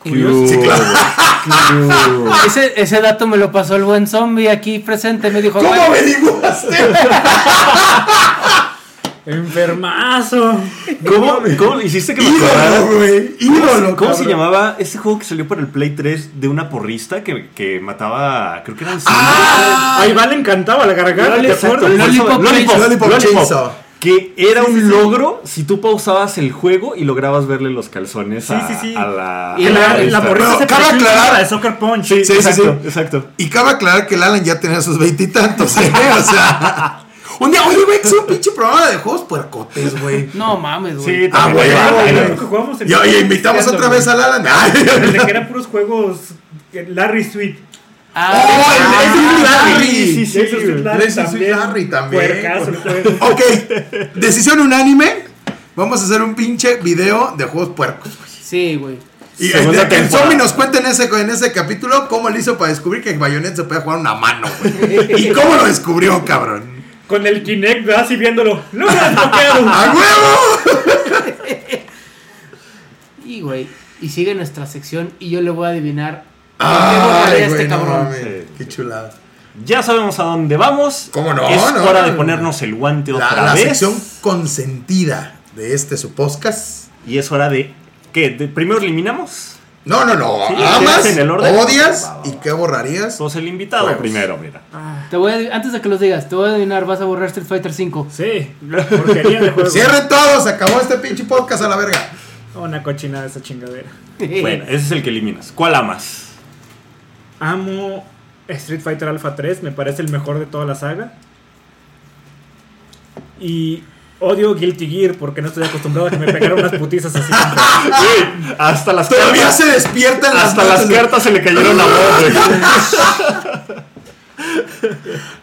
S4: Cute,
S2: Sí, claro.
S4: cute.
S3: Ese, ese dato me lo pasó el buen zombie aquí presente. Me dijo,
S2: ¿Cómo
S3: "Bueno,
S2: averiguaste?
S5: Enfermazo.
S4: ¿Cómo, ¿Cómo hiciste que me acordara?
S2: Ídolo, güey. Ídolo,
S4: ¿Cómo se
S2: cabrón.
S4: llamaba ese juego que salió para el Play 3 de una porrista que, que mataba, creo que eran cinco?
S2: Ah,
S5: A Iván le encantaba la garganta, ¿te
S4: Exacto,
S5: acuerdas?
S4: por eso-
S3: Lollipop
S2: Chainsaw. Lollipop Chainsaw.
S4: Que era un logro si tú pausabas el juego y lograbas verle los calzones a,
S5: Sí, sí, sí.
S4: a la.
S3: Y
S4: a
S5: La,
S3: Ahí
S4: porrista.
S5: la
S2: por-
S5: morrita
S2: Pero
S5: se
S2: cabe
S5: pareció un
S2: aclarar-
S5: chorro de Soccer Punch.
S4: Sí,
S2: Sí, sí,
S4: exacto,
S2: sí.
S4: exacto.
S2: Y cabe aclarar que el Alan ya tenía sus veintitantos, ¿eh? O sea. Un día, oye, güey, que es un pinche programa de juegos puercotes, güey.
S3: No mames, güey.
S4: Sí, también
S2: Ah, güey,
S4: era-
S2: güey,
S4: era-
S2: güey.
S5: Jugamos en-
S2: Y oye, invitamos otra vez a Alan.
S5: Desde
S2: Ay.
S5: que eran puros juegos eh, Larry Sweet.
S3: Ah,
S2: ¡Oh, el- el- el
S4: Ah,
S2: Larry!
S4: sí, sí, sí.
S5: Jason Sweet Larry
S2: Jason Sweet
S5: también.
S2: Larry también.
S5: Puercazo el juego.
S2: Ok, decisión unánime. Vamos a hacer un pinche video de juegos puercos. güey.
S3: Sí, güey.
S2: Y
S4: Segunda
S2: eh, que el
S4: temporada.
S2: zombie nos cuente en ese, en ese capítulo cómo le hizo para descubrir que Bayonet se puede jugar una mano, güey. Y cómo lo descubrió, cabrón.
S5: Con el Kinect, ¿verdad? Así viéndolo. ¡No me has bloqueado!
S4: Ah,
S2: ¡A huevo!
S3: Y, güey. Y sigue nuestra sección y yo le voy a adivinar. ¿Qué
S2: Ay,
S4: ah,
S3: borraría
S2: güey,
S3: este
S2: no
S3: cabrón?
S2: mames.
S4: Sí, sí.
S2: Qué chulada.
S4: Ya sabemos a dónde vamos.
S2: ¿Cómo no?
S4: Es
S2: No,
S4: hora
S2: no,
S4: de
S2: no.
S4: ponernos el guante
S2: La,
S4: otra
S2: la
S4: vez.
S2: sección consentida de este su podcast.
S4: Y es hora de. ¿Qué? De- primero eliminamos.
S2: No, no, no.
S4: Sí,
S2: Amas,
S4: en el orden.
S2: odias
S4: Va, va, Pues, va.
S2: y qué borrarías.
S4: Sos el invitado
S2: Huevos. Ah,
S4: primero, mira.
S3: Te voy a adiv- antes de que los digas, te voy a adivinar, vas a borrar Street Fighter 5.
S5: Sí, porquería de juego.
S2: Cierren todos, se acabó este pinche podcast a la verga.
S5: Una cochinada esa chingadera.
S4: Bueno, ese es el que eliminas. ¿Cuál amas?
S5: Amo Street Fighter Alpha 3, me parece el mejor de toda la saga. Y odio Guilty Gear porque no estoy acostumbrado a que me pegaran unas putizas así.
S4: Güey, hasta las
S2: Todavía
S4: cartas-
S2: se despiertan las
S4: Hasta
S2: notas
S4: las
S2: de-
S4: cartas se le cayeron a vos,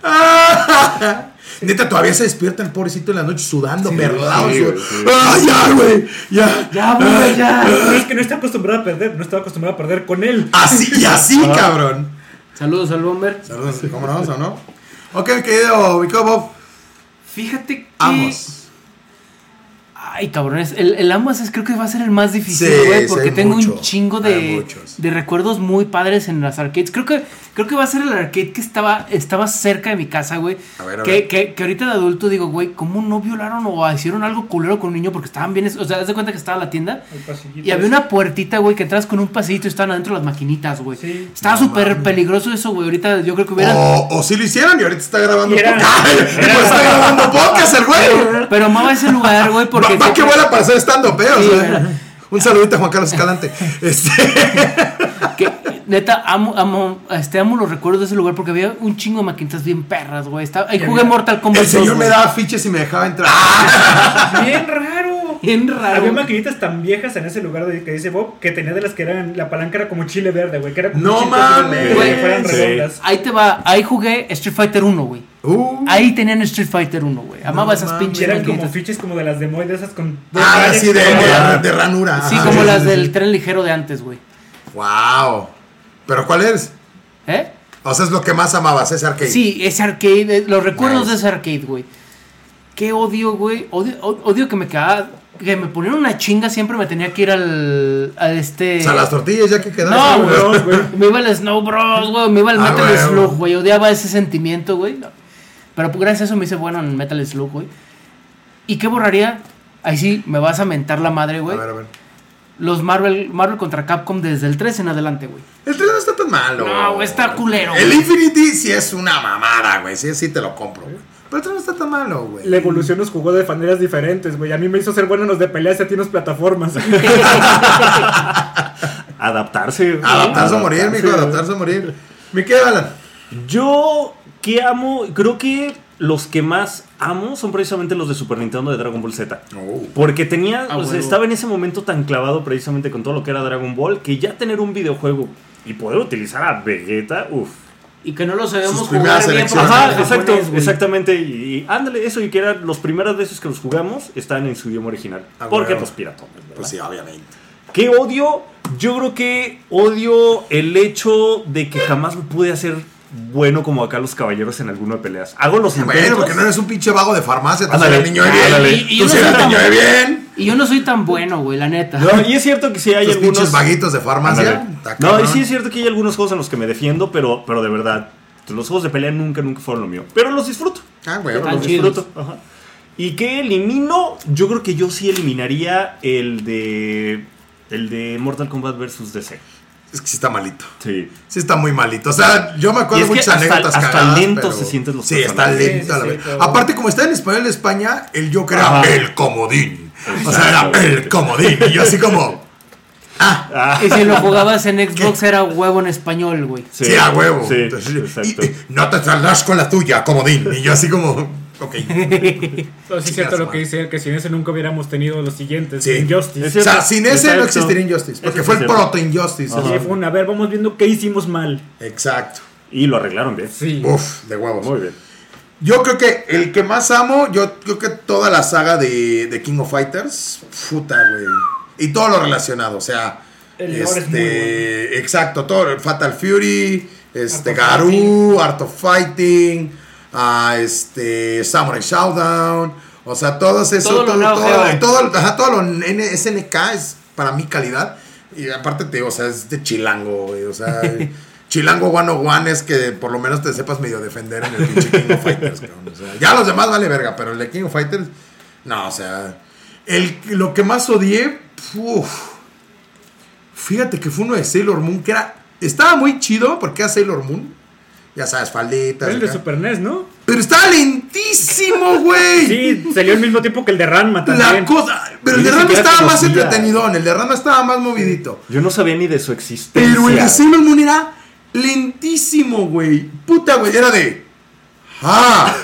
S2: Ah, Neta, todavía se despierta el pobrecito en la noche sudando, verdad.
S4: sí, güey, sí.
S2: Ah, ya, güey. Ya.
S3: Ya, güey, ya.
S5: Pero es que no está acostumbrado a perder, no estaba acostumbrado a perder con él.
S2: Así y así, cabrón.
S3: Saludos al Bomber.
S2: Saludos, ¿cómo no? ¿O no? Ok, mi querido Vico Bob,
S3: Fíjate que.
S2: ambos.
S3: Ay, cabrones. El, el ambas es, creo que va a ser el más difícil,
S2: Sí,
S3: güey.
S2: sí,
S3: porque
S2: hay
S3: tengo
S2: mucho.
S3: un chingo
S2: Hay
S3: de,
S2: muchos.
S3: de recuerdos muy padres en las arcades. Creo que, creo que va a ser el arcade que estaba, estaba cerca de mi casa, güey.
S2: A ver, a
S3: que,
S2: ver.
S3: Que, que ahorita de adulto digo, güey, ¿cómo no violaron o hicieron algo culero con un niño? Porque estaban bien. O sea, haz de cuenta que estaba la tienda. Y había una puertita, güey, que entras con un pasillito y estaban adentro las maquinitas, güey.
S5: Sí.
S3: Estaba súper peligroso eso, güey. Ahorita yo creo que hubiera.
S2: O, o sí lo hicieron y ahorita está grabando
S5: Y era-
S2: podcast. Ay, pues está grabando podcast el güey.
S3: Pero amaba ese lugar, güey, porque.
S2: Papá, qué buena para hacer estando pero.
S3: Sí,
S2: o sea.
S3: ¿verdad?
S2: un saludito a Juan Carlos Escalante. Este,
S3: que, neta, amo, amo, este, amo los recuerdos de ese lugar porque había un chingo de maquinitas bien perras, güey. Estaba- Ahí jugué Mortal Kombat.
S2: el señor
S3: 2,
S2: me
S3: güey.
S2: daba fiches y me dejaba entrar. ¡Ah!
S5: Bien raro.
S3: Bien raro.
S5: Había
S3: güey.
S5: maquinitas tan viejas en ese lugar de- que dice Bob que tenía de las que eran. La palanca era como chile verde, güey. Que era como
S2: No
S5: un chile verde,
S2: mames.
S5: güey, Que fueran
S4: Sí.
S5: redondas.
S3: Ahí te va, ahí jugué Street Fighter 1, güey.
S2: Uh.
S3: Ahí tenían Street Fighter 1, güey. Amaba esas
S2: mames.
S5: Y
S3: pinches
S5: eran como
S3: maquinitas.
S5: fiches como de las de Moy, de esas con.
S2: Ah, sí, de, de,
S4: Ajá.
S2: de ranura.
S3: Sí,
S2: Ajá.
S3: como las
S2: sí,
S3: del
S2: sí.
S3: tren ligero de antes, güey.
S2: Wow. ¿Pero cuál eres?
S3: ¿Eh?
S2: O sea, es lo que más amabas, ese arcade.
S3: Sí, ese arcade, eh, los recuerdos
S2: Nice.
S3: de ese arcade, güey. Qué odio, güey. Odio, o- odio que me cagaba. Que me ponían una chinga, siempre me tenía que ir al. a este.
S2: O sea, las tortillas ya que
S3: No,
S2: quedaron.
S3: güey. Me iba al Snow Bros, güey. Me iba al
S2: Ah,
S3: Metal
S2: güey,
S3: Slug,
S2: güey.
S3: güey. Odiaba ese sentimiento, güey. No. Pero pues, gracias a eso me hice bueno en Metal Slug, güey. ¿Y qué borraría? Ahí sí, me vas a mentar la madre,
S2: A
S3: güey.
S2: ver, a ver.
S3: Los Marvel, Marvel contra Capcom desde el 3 en adelante, güey.
S2: El 3 no está tan malo.
S3: No, güey, está culero,
S2: El
S3: güey.
S2: Infinity sí es una mamada, güey. Sí, sí te lo compro, güey. Pero el 3 no está tan malo, güey.
S5: La evolución nos jugó de maneras diferentes, güey. A mí me hizo ser bueno en los de peleas y a ti en las plataformas.
S4: Adaptarse.
S2: Adaptarse o
S4: Adaptarse.
S2: morir, mijo, adaptarse o morir. Me quedan.
S4: Yo que amo, creo que los que más amo son precisamente los de Super Nintendo de Dragon Ball Z.
S2: Oh.
S4: Porque tenía,
S3: Ah,
S4: o sea,
S3: huevo.
S4: estaba en ese momento tan clavado precisamente con todo lo que era Dragon Ball que ya tener un videojuego y poder utilizar a Vegeta, uff.
S3: Y que no lo sabemos
S2: Sus
S3: jugar
S2: primeras
S3: bien.
S2: elecciones.
S3: porque
S4: Ajá,
S3: son
S4: exacto,
S3: japoneses, güey.
S4: exactamente. Y, y ándale, eso, y que eran las primeras veces que los jugamos estaban en su idioma original.
S2: Ah,
S4: porque
S2: huevo.
S4: los piratones, ¿verdad?
S2: Pues sí, obviamente.
S4: ¿Qué odio? Yo creo que odio el hecho de que jamás me pude hacer bueno como acá los caballeros en alguna de peleas. Hago los intentos.
S2: Bueno, porque no eres un pinche vago de farmacia, tú
S4: Ándale,
S2: eres niño de
S4: ándale.
S2: bien.
S3: Y- y
S2: Tú
S3: yo
S2: sí
S3: no
S2: eres
S3: soy
S2: niño de
S3: tan-
S2: bien.
S3: Y yo no soy tan bueno, güey, la neta.
S4: No, y es cierto que sí hay
S2: Los pinches
S4: algunos.
S2: vaguitos de farmacia.
S4: Ándale.
S2: está
S4: No,
S2: cabrón.
S4: y sí es cierto que hay algunos juegos en los que me defiendo, pero, pero de verdad, los juegos de pelea nunca, nunca fueron lo mío. Pero los disfruto.
S2: Ah, güey.
S4: Los
S3: Tan
S4: disfruto. Ajá. ¿Y qué elimino? Yo creo que yo sí eliminaría el de. El de Mortal Kombat vs. DC.
S2: Es que sí está malito.
S4: Sí.
S2: Sí está muy malito. O sea, yo me
S4: Y
S2: acuerdo
S4: es que
S2: muchas
S4: hasta-
S2: anécdotas
S4: hasta
S2: cagadas,
S4: lento
S2: pero-
S4: se sienten los
S2: Sí, está
S4: personajes.
S2: lento
S5: Sí,
S2: la
S5: sí,
S2: vez.
S5: sí, todo.
S2: Aparte, como está en español de España, el Joker
S4: Ajá.
S2: era el comodín. O sea, era el comodín. Y yo así como... Ah,
S3: Y si lo jugabas en Xbox era huevo en español, güey.
S2: sí, a huevo.
S4: Sí,
S2: Entonces, y-
S4: exacto.
S2: y no te saldrás con la tuya, comodín. Y yo así como... Ok.
S5: No, sí, es cierto lo que dice él, que sin ese nunca hubiéramos tenido los siguientes.
S2: Sí.
S5: Injustice.
S4: Es
S2: O sea,
S4: cierto,
S2: sin ese
S4: exacto.
S2: no existiría Injustice. Porque
S4: Eso
S2: fue
S4: sí
S2: el
S4: es cierto.
S2: proto-Injustice.
S4: Ajá.
S5: Sí, fue un, a ver, vamos viendo qué hicimos mal.
S2: Exacto.
S4: Y lo arreglaron bien.
S5: Sí.
S2: Uf, de huevos.
S4: Muy bien.
S2: Yo creo que el que más amo, yo creo que toda la saga de, de King of Fighters, puta, güey. Y todo lo relacionado, o sea,
S5: El lore
S2: este,
S5: es muy bueno.
S2: exacto, todo, Fatal Fury, este,
S5: Art of
S2: Garou, Art of Fighting, ah, este, Samurai Showdown, o sea, todos eso,
S3: Todo lo
S2: todo, todo,
S3: nuevo, Jeva.
S2: todo- ajá, todo lo N- SNK es para mi calidad. Y aparte, te, digo, o sea, es de chilango, güey, o sea, chilango one oh one es que por lo menos te sepas medio defender en el pinche King of Fighters, cabrón, o sea, ya los demás vale verga, pero el de King of Fighters, no, o sea, el, lo que más odié, uf, fíjate que fue uno de Sailor Moon que era, estaba muy chido porque era Sailor Moon, ya sabes, falditas,
S5: el de
S2: acá.
S5: Super NES, ¿no?
S2: pero estaba lentísimo, güey.
S5: Sí, salió al mismo tiempo que el de Ranma
S2: La
S5: también.
S2: cosa, pero el
S4: Yo
S2: de
S4: ni
S2: Ranma
S4: siquiera
S2: estaba más
S4: conocía.
S2: entretenidón, el de Ranma estaba más movidito.
S4: Yo no sabía ni de su existencia.
S2: Pero el de Sailor Moon era lentísimo, güey. Puta, güey, era de. ¡Ja!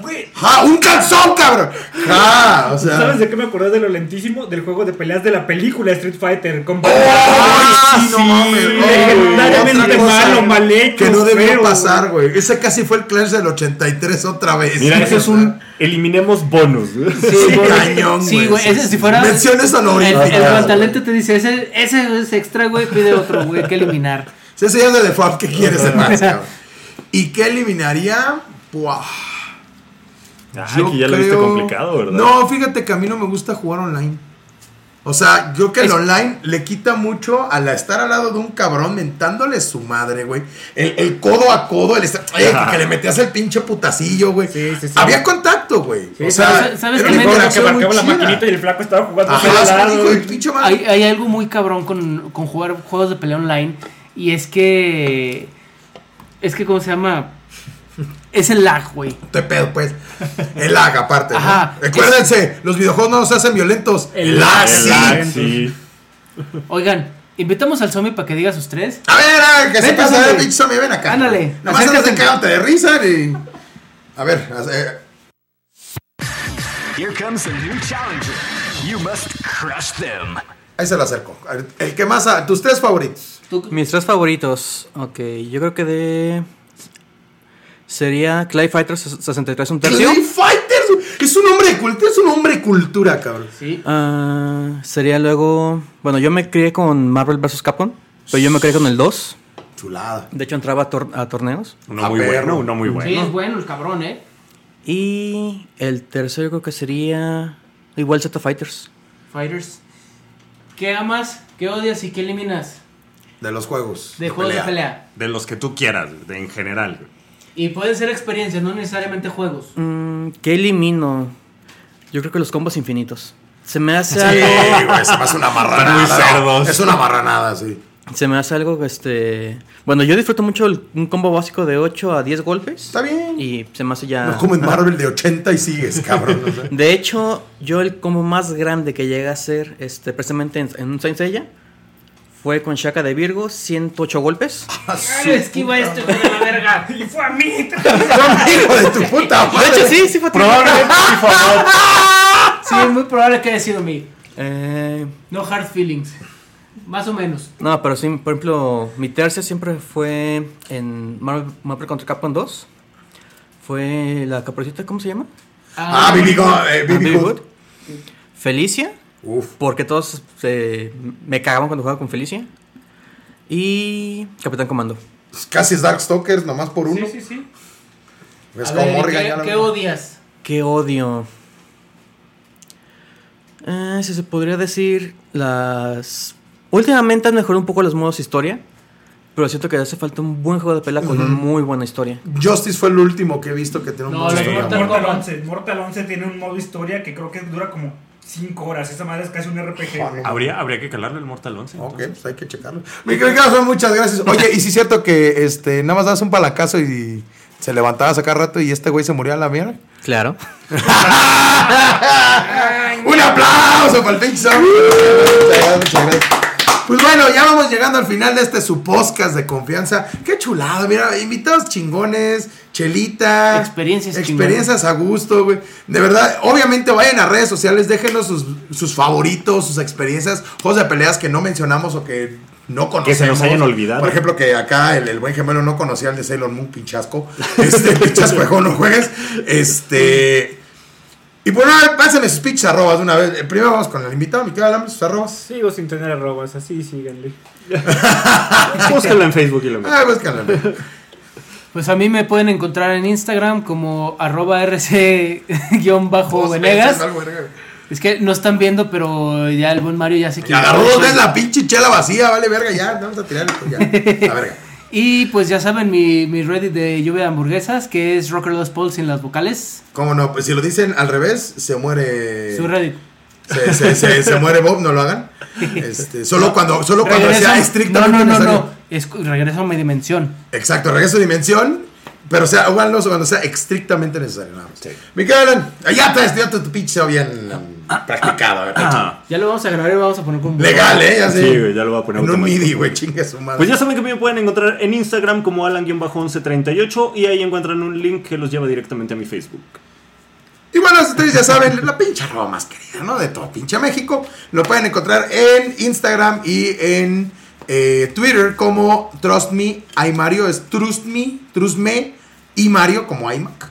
S2: Güey, ¡Ja! ¡Un calzón, cabrón! ¡Ja! O sea.
S5: ¿Sabes de qué me acordé de lo lentísimo? Del juego de peleas de la película Street Fighter.
S2: ¡Oh!
S5: Con
S2: ¡Ah,
S4: Ay,
S2: sí, no
S4: sí,
S2: mames!
S4: güey.
S5: Legendariamente
S2: Otra cosa
S5: malo, mal hecho,
S2: Que no debió
S5: feo,
S2: pasar, güey. Ese casi fue el Clash del 83 otra vez.
S4: Mira,
S2: güey,
S4: ese
S2: o
S4: es
S2: sea.
S4: un. Eliminemos bonus.
S2: Sí,
S3: güey.
S2: cañón,
S3: Sí,
S2: güey,
S3: güey.
S2: sí,
S3: Ese,
S2: sí,
S3: si
S2: sí.
S3: fuera.
S2: Menciones honoríficas,
S3: El, el
S2: güey.
S3: fantalente te dice: ese, ese es extra, güey. Pide otro, güey, que eliminar.
S2: Sí, ese ya es de default que quieres de más, cabrón. ¿Y qué eliminaría? Buah.
S4: Ah,
S2: Yo
S4: que ya lo viste
S2: creo-
S4: complicado, ¿verdad?
S2: No, fíjate que a mí no me gusta jugar online. O sea, yo que el
S3: Es-
S2: online le quita mucho al estar al lado de un cabrón mentándole su madre, güey. El, el codo a codo, el estar- Oye, que, que le metías el pinche putacillo, güey.
S5: Sí, sí, sí.
S2: Había contacto, güey.
S5: Sí,
S2: o sea,
S3: ¿sabes- sabes
S2: era una
S3: también
S5: que
S3: Era
S5: marcaba
S2: interacción muy
S5: la
S2: chida.
S5: maquinita y el flaco estaba jugando
S2: Ajá,
S5: hacia el
S2: sí,
S5: lado.
S2: hijo de pinche madre.
S3: Hay, hay algo muy cabrón con, con jugar juegos de pelea online. Y es que. Es que, ¿cómo se llama? Es el lag, güey.
S2: Te pedo, pues. El lag, aparte. ¿no?
S3: Ajá.
S2: Recuérdense, los videojuegos no nos hacen violentos.
S5: El
S2: El lag,
S5: lag, el
S2: sí.
S4: sí.
S5: lag.
S3: Oigan, invitamos al zombie para que diga sus tres.
S2: A ver, a ver, que se
S3: Vete,
S2: pasa de
S3: ándale.
S2: pinche zombie, ven acá.
S3: Ándale,
S2: Nomás andas de
S3: acércate.
S2: cagante de risa y. A ver, a- eh,
S6: Here comes a new challenger. You must crush them.
S2: ahí se lo acerco. A ver, El que más. a- Tus tres favoritos.
S7: Mis tres favoritos. Ok, yo creo que de. Sería Clay Fighter 63 un tercio.
S2: Clay Fighters, güey. es un hombre de cultura, es un hombre de cultura, cabrón.
S7: Ah, sería luego. Bueno, yo me crié con Marvel vs. Capcom. Pero yo me crié con el 2.
S2: Chulada.
S7: De hecho, entraba a, tor- a torneos.
S4: Uno
S2: Ah,
S4: muy
S2: perro.
S4: bueno, uno muy
S3: Sí, es
S4: bueno.
S3: bueno el cabrón, ¿eh?
S7: Y el tercero creo que sería. Igual Z Fighters.
S3: Fighters. ¿Qué amas? ¿Qué odias y qué eliminas
S2: De los juegos.
S3: de juegos de pelea?
S4: De los que tú quieras, de- en general.
S3: Y pueden ser experiencias, no necesariamente juegos.
S7: Mm, ¿Qué elimino? Yo creo que los combos infinitos. Se me hace
S2: Sí,
S7: algo.
S2: güey, se me hace una marranada.
S4: Están muy cerdos.
S2: Es una marranada, sí.
S7: Se me hace algo, este... Bueno, yo disfruto mucho el- un combo básico de 8 a 10 golpes.
S2: Está bien.
S7: Y se me hace ya...
S2: No como en Marvel de 80 y sigues, cabrón. o sea.
S7: De hecho, yo el combo más grande que llegué a hacer, este, precisamente en, en un Saint Seiya, Fue con Shaka de Virgo, 108 golpes.
S3: Ah, esquiva esto, hijo este de la verga.
S5: Y fue a mí.
S2: ¡Hijo de tu puta
S7: De
S2: madre!
S7: hecho, sí, sí fue triple.
S4: Probablemente sí fue a Mod.
S3: Sí, es muy probable que haya sido mi.
S7: Eh,
S3: No hard feelings. Más o menos.
S7: no, pero sí, por ejemplo, mi tercia siempre fue en Marvel, Marvel contra Capcom 2. Fue la capricita, ¿cómo se llama?
S2: Ah, Bibi Go- eh, Bibi
S7: Bibi
S2: Good.
S7: Good. Felicia,
S2: Uf.
S7: porque todos eh, me cagaban cuando jugaba con Felicia. Y Capitán Comando.
S2: Casi es Darkstalkers, nomás por uno.
S5: Sí, sí, sí.
S2: Es
S3: A
S2: como
S3: ver,
S2: Morrigan. Pues ya lo-
S3: ¿qué, qué odias?
S7: Qué odio. Eh, si se podría decir, las. Últimamente han mejorado un poco los modos historia. Pero siento que hace falta un buen juego de pelea con una muy buena historia.
S2: Justice fue el último que he visto que tiene un
S3: No,
S2: monstruo
S3: la
S2: de
S3: Mortal
S2: amor.
S5: Mortal
S3: Kombat.
S5: 11. Mortal 11 tiene un modo historia que creo que dura como 5 horas. Esa madre es casi un RPG.
S2: Joder.
S5: güey.
S4: Habría, habría que calarle el Mortal 11.
S2: Ok,
S4: entonces.
S2: pues hay que checarlo. Mi querido Carlos, muchas gracias. Oye, y si es cierto que este, nada más das un palacazo y se levantaba a sacar rato y este güey se murió a la mierda.
S7: Claro.
S2: ¡Un aplauso para el pinche Sam! Muchas gracias, muchas gracias. Pues bueno, ya vamos llegando al final de este su podcast de confianza. Qué chulado, mira, invitados chingones, chelita.
S3: Experiencias
S2: Experiencias a gusto, güey. De verdad, obviamente vayan a redes sociales, déjenos sus, sus favoritos, sus experiencias, juegos de peleas que no mencionamos o que no conocemos.
S4: Que se nos hayan olvidado.
S2: Por ejemplo, que acá el, el buen gemelo no conocía el de Sailor Moon, pinchasco. Este, pinchasco, no juegues. Este... Y por nada, pásenme sus pinches arrobas de una vez. Eh, Primero vamos con el invitado, mi querido Alambre, sus arrobas.
S5: Sigo sin tener arrobas, así síganle.
S4: Búscalo en Facebook y lo metes.
S2: Ah, búscalo.
S3: Pues a mí me pueden encontrar en Instagram como arroba rc-venegas.
S2: Algo, verga.
S3: Es que no están viendo, pero ya el buen Mario ya se
S2: Y agarró dos veces la pinche chela vacía, vale, verga, ya, vamos a tirar esto, ya. La verga.
S3: Y pues ya saben, mi, mi Reddit de lluvia de hamburguesas, que es Rocker Los Paul sin las vocales.
S2: ¿Cómo no? Pues si lo dicen al revés, se muere.
S3: Su Reddit.
S2: Se, se- se- se muere Bob, no lo hagan. Este, solo cuando, solo cuando
S3: Regreso-
S2: sea estrictamente
S3: no, no, no,
S2: necesario.
S3: no. Es, regreso a mi dimensión.
S2: Exacto, regreso a dimensión. Pero sea, háganlo cuando sea estrictamente necesario. nada más. Mi querido Alan, ya te ya te- tu pinche show bien um, practicado. eh,
S4: Ah,
S3: Ya lo vamos a grabar y lo vamos a poner como.
S2: Legal, ¿eh? Ya sé.
S4: sí, güey, ya lo voy a poner
S2: en un
S4: automático.
S2: MIDI, güey, chingue su madre.
S4: Pues ya saben que me pueden encontrar en Instagram como Alan-1138 y ahí encuentran un link que los lleva directamente a mi Facebook.
S2: Y bueno, ustedes ya saben, la pinche roba más querida, ¿no? De todo pinche México. Lo pueden encontrar en Instagram y en eh, Twitter como Trust Me I Mario. Es Trust Me, Trust Me y Mario como iMac.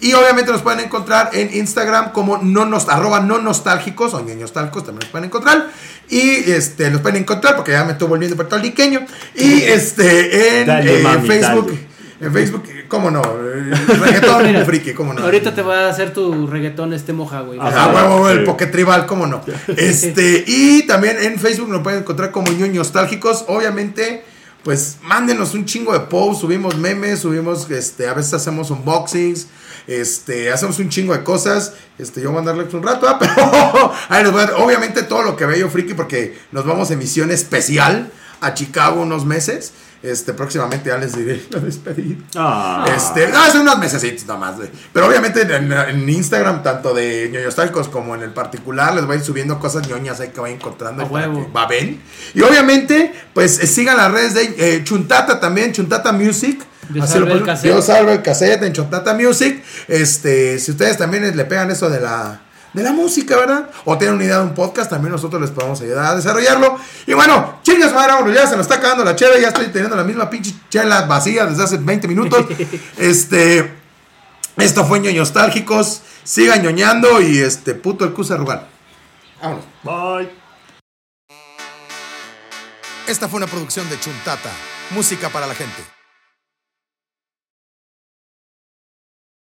S2: Y obviamente nos pueden encontrar en Instagram como no nos, arroba no nostálgicos o ñoños talcos, también nos pueden encontrar. Y este, los pueden encontrar porque ya me estoy volviendo puertorriqueño. Y este, en
S4: Dale,
S2: eh,
S4: mami,
S2: Facebook.
S4: dale.
S2: En Facebook, ¿cómo no? Eh, Reggaetón
S3: Mira,
S2: friki, ¿cómo no?
S3: Ahorita te va a hacer tu reggaetón este moja, güey.
S4: Ah,
S2: Ah, huevo, huevo, el
S4: Sí.
S2: Poké Tribal, cómo no. Este, y también en Facebook nos pueden encontrar como ñoños nostálgicos. Obviamente, pues mándenos un chingo de posts, subimos memes, subimos, este, a veces hacemos unboxings, este, hacemos un chingo de cosas. Este, yo voy a mandarles un rato, ah, pero ahí les voy a- obviamente todo lo que veo yo friki, porque nos vamos en misión especial a Chicago unos meses. Este, próximamente ya les diré la despedida.
S4: Ah,
S2: Este, no, hace unos mesecitos nomás. güey. Pero obviamente en, en Instagram, tanto de ñoños talcos como en el particular, les voy a ir subiendo cosas ñoñas ahí que voy encontrando.
S3: A
S2: para
S3: huevo.
S2: que baben. Y obviamente, pues eh, sigan las redes de eh, Chuntata también, Chuntata Music.
S3: Yo
S2: Así
S3: salvo
S2: lo
S3: el
S2: ponen.
S3: cassette.
S2: Yo salvo el cassette en Chuntata Music. Este, si ustedes también le pegan eso de la. De la música, ¿verdad? O tienen una idea de un podcast, también nosotros les podemos ayudar a desarrollarlo. Y bueno, chingas madre, vámonos, ya se nos está acabando la chela, ya estoy teniendo la misma pinche chela vacía desde hace 20 minutos. este, esto fue ñoños nostálgicos, sigan ñoñando y este, puto el cusa rugal. Vámonos.
S4: bye.
S2: Esta fue una producción de Chuntata, música para la gente.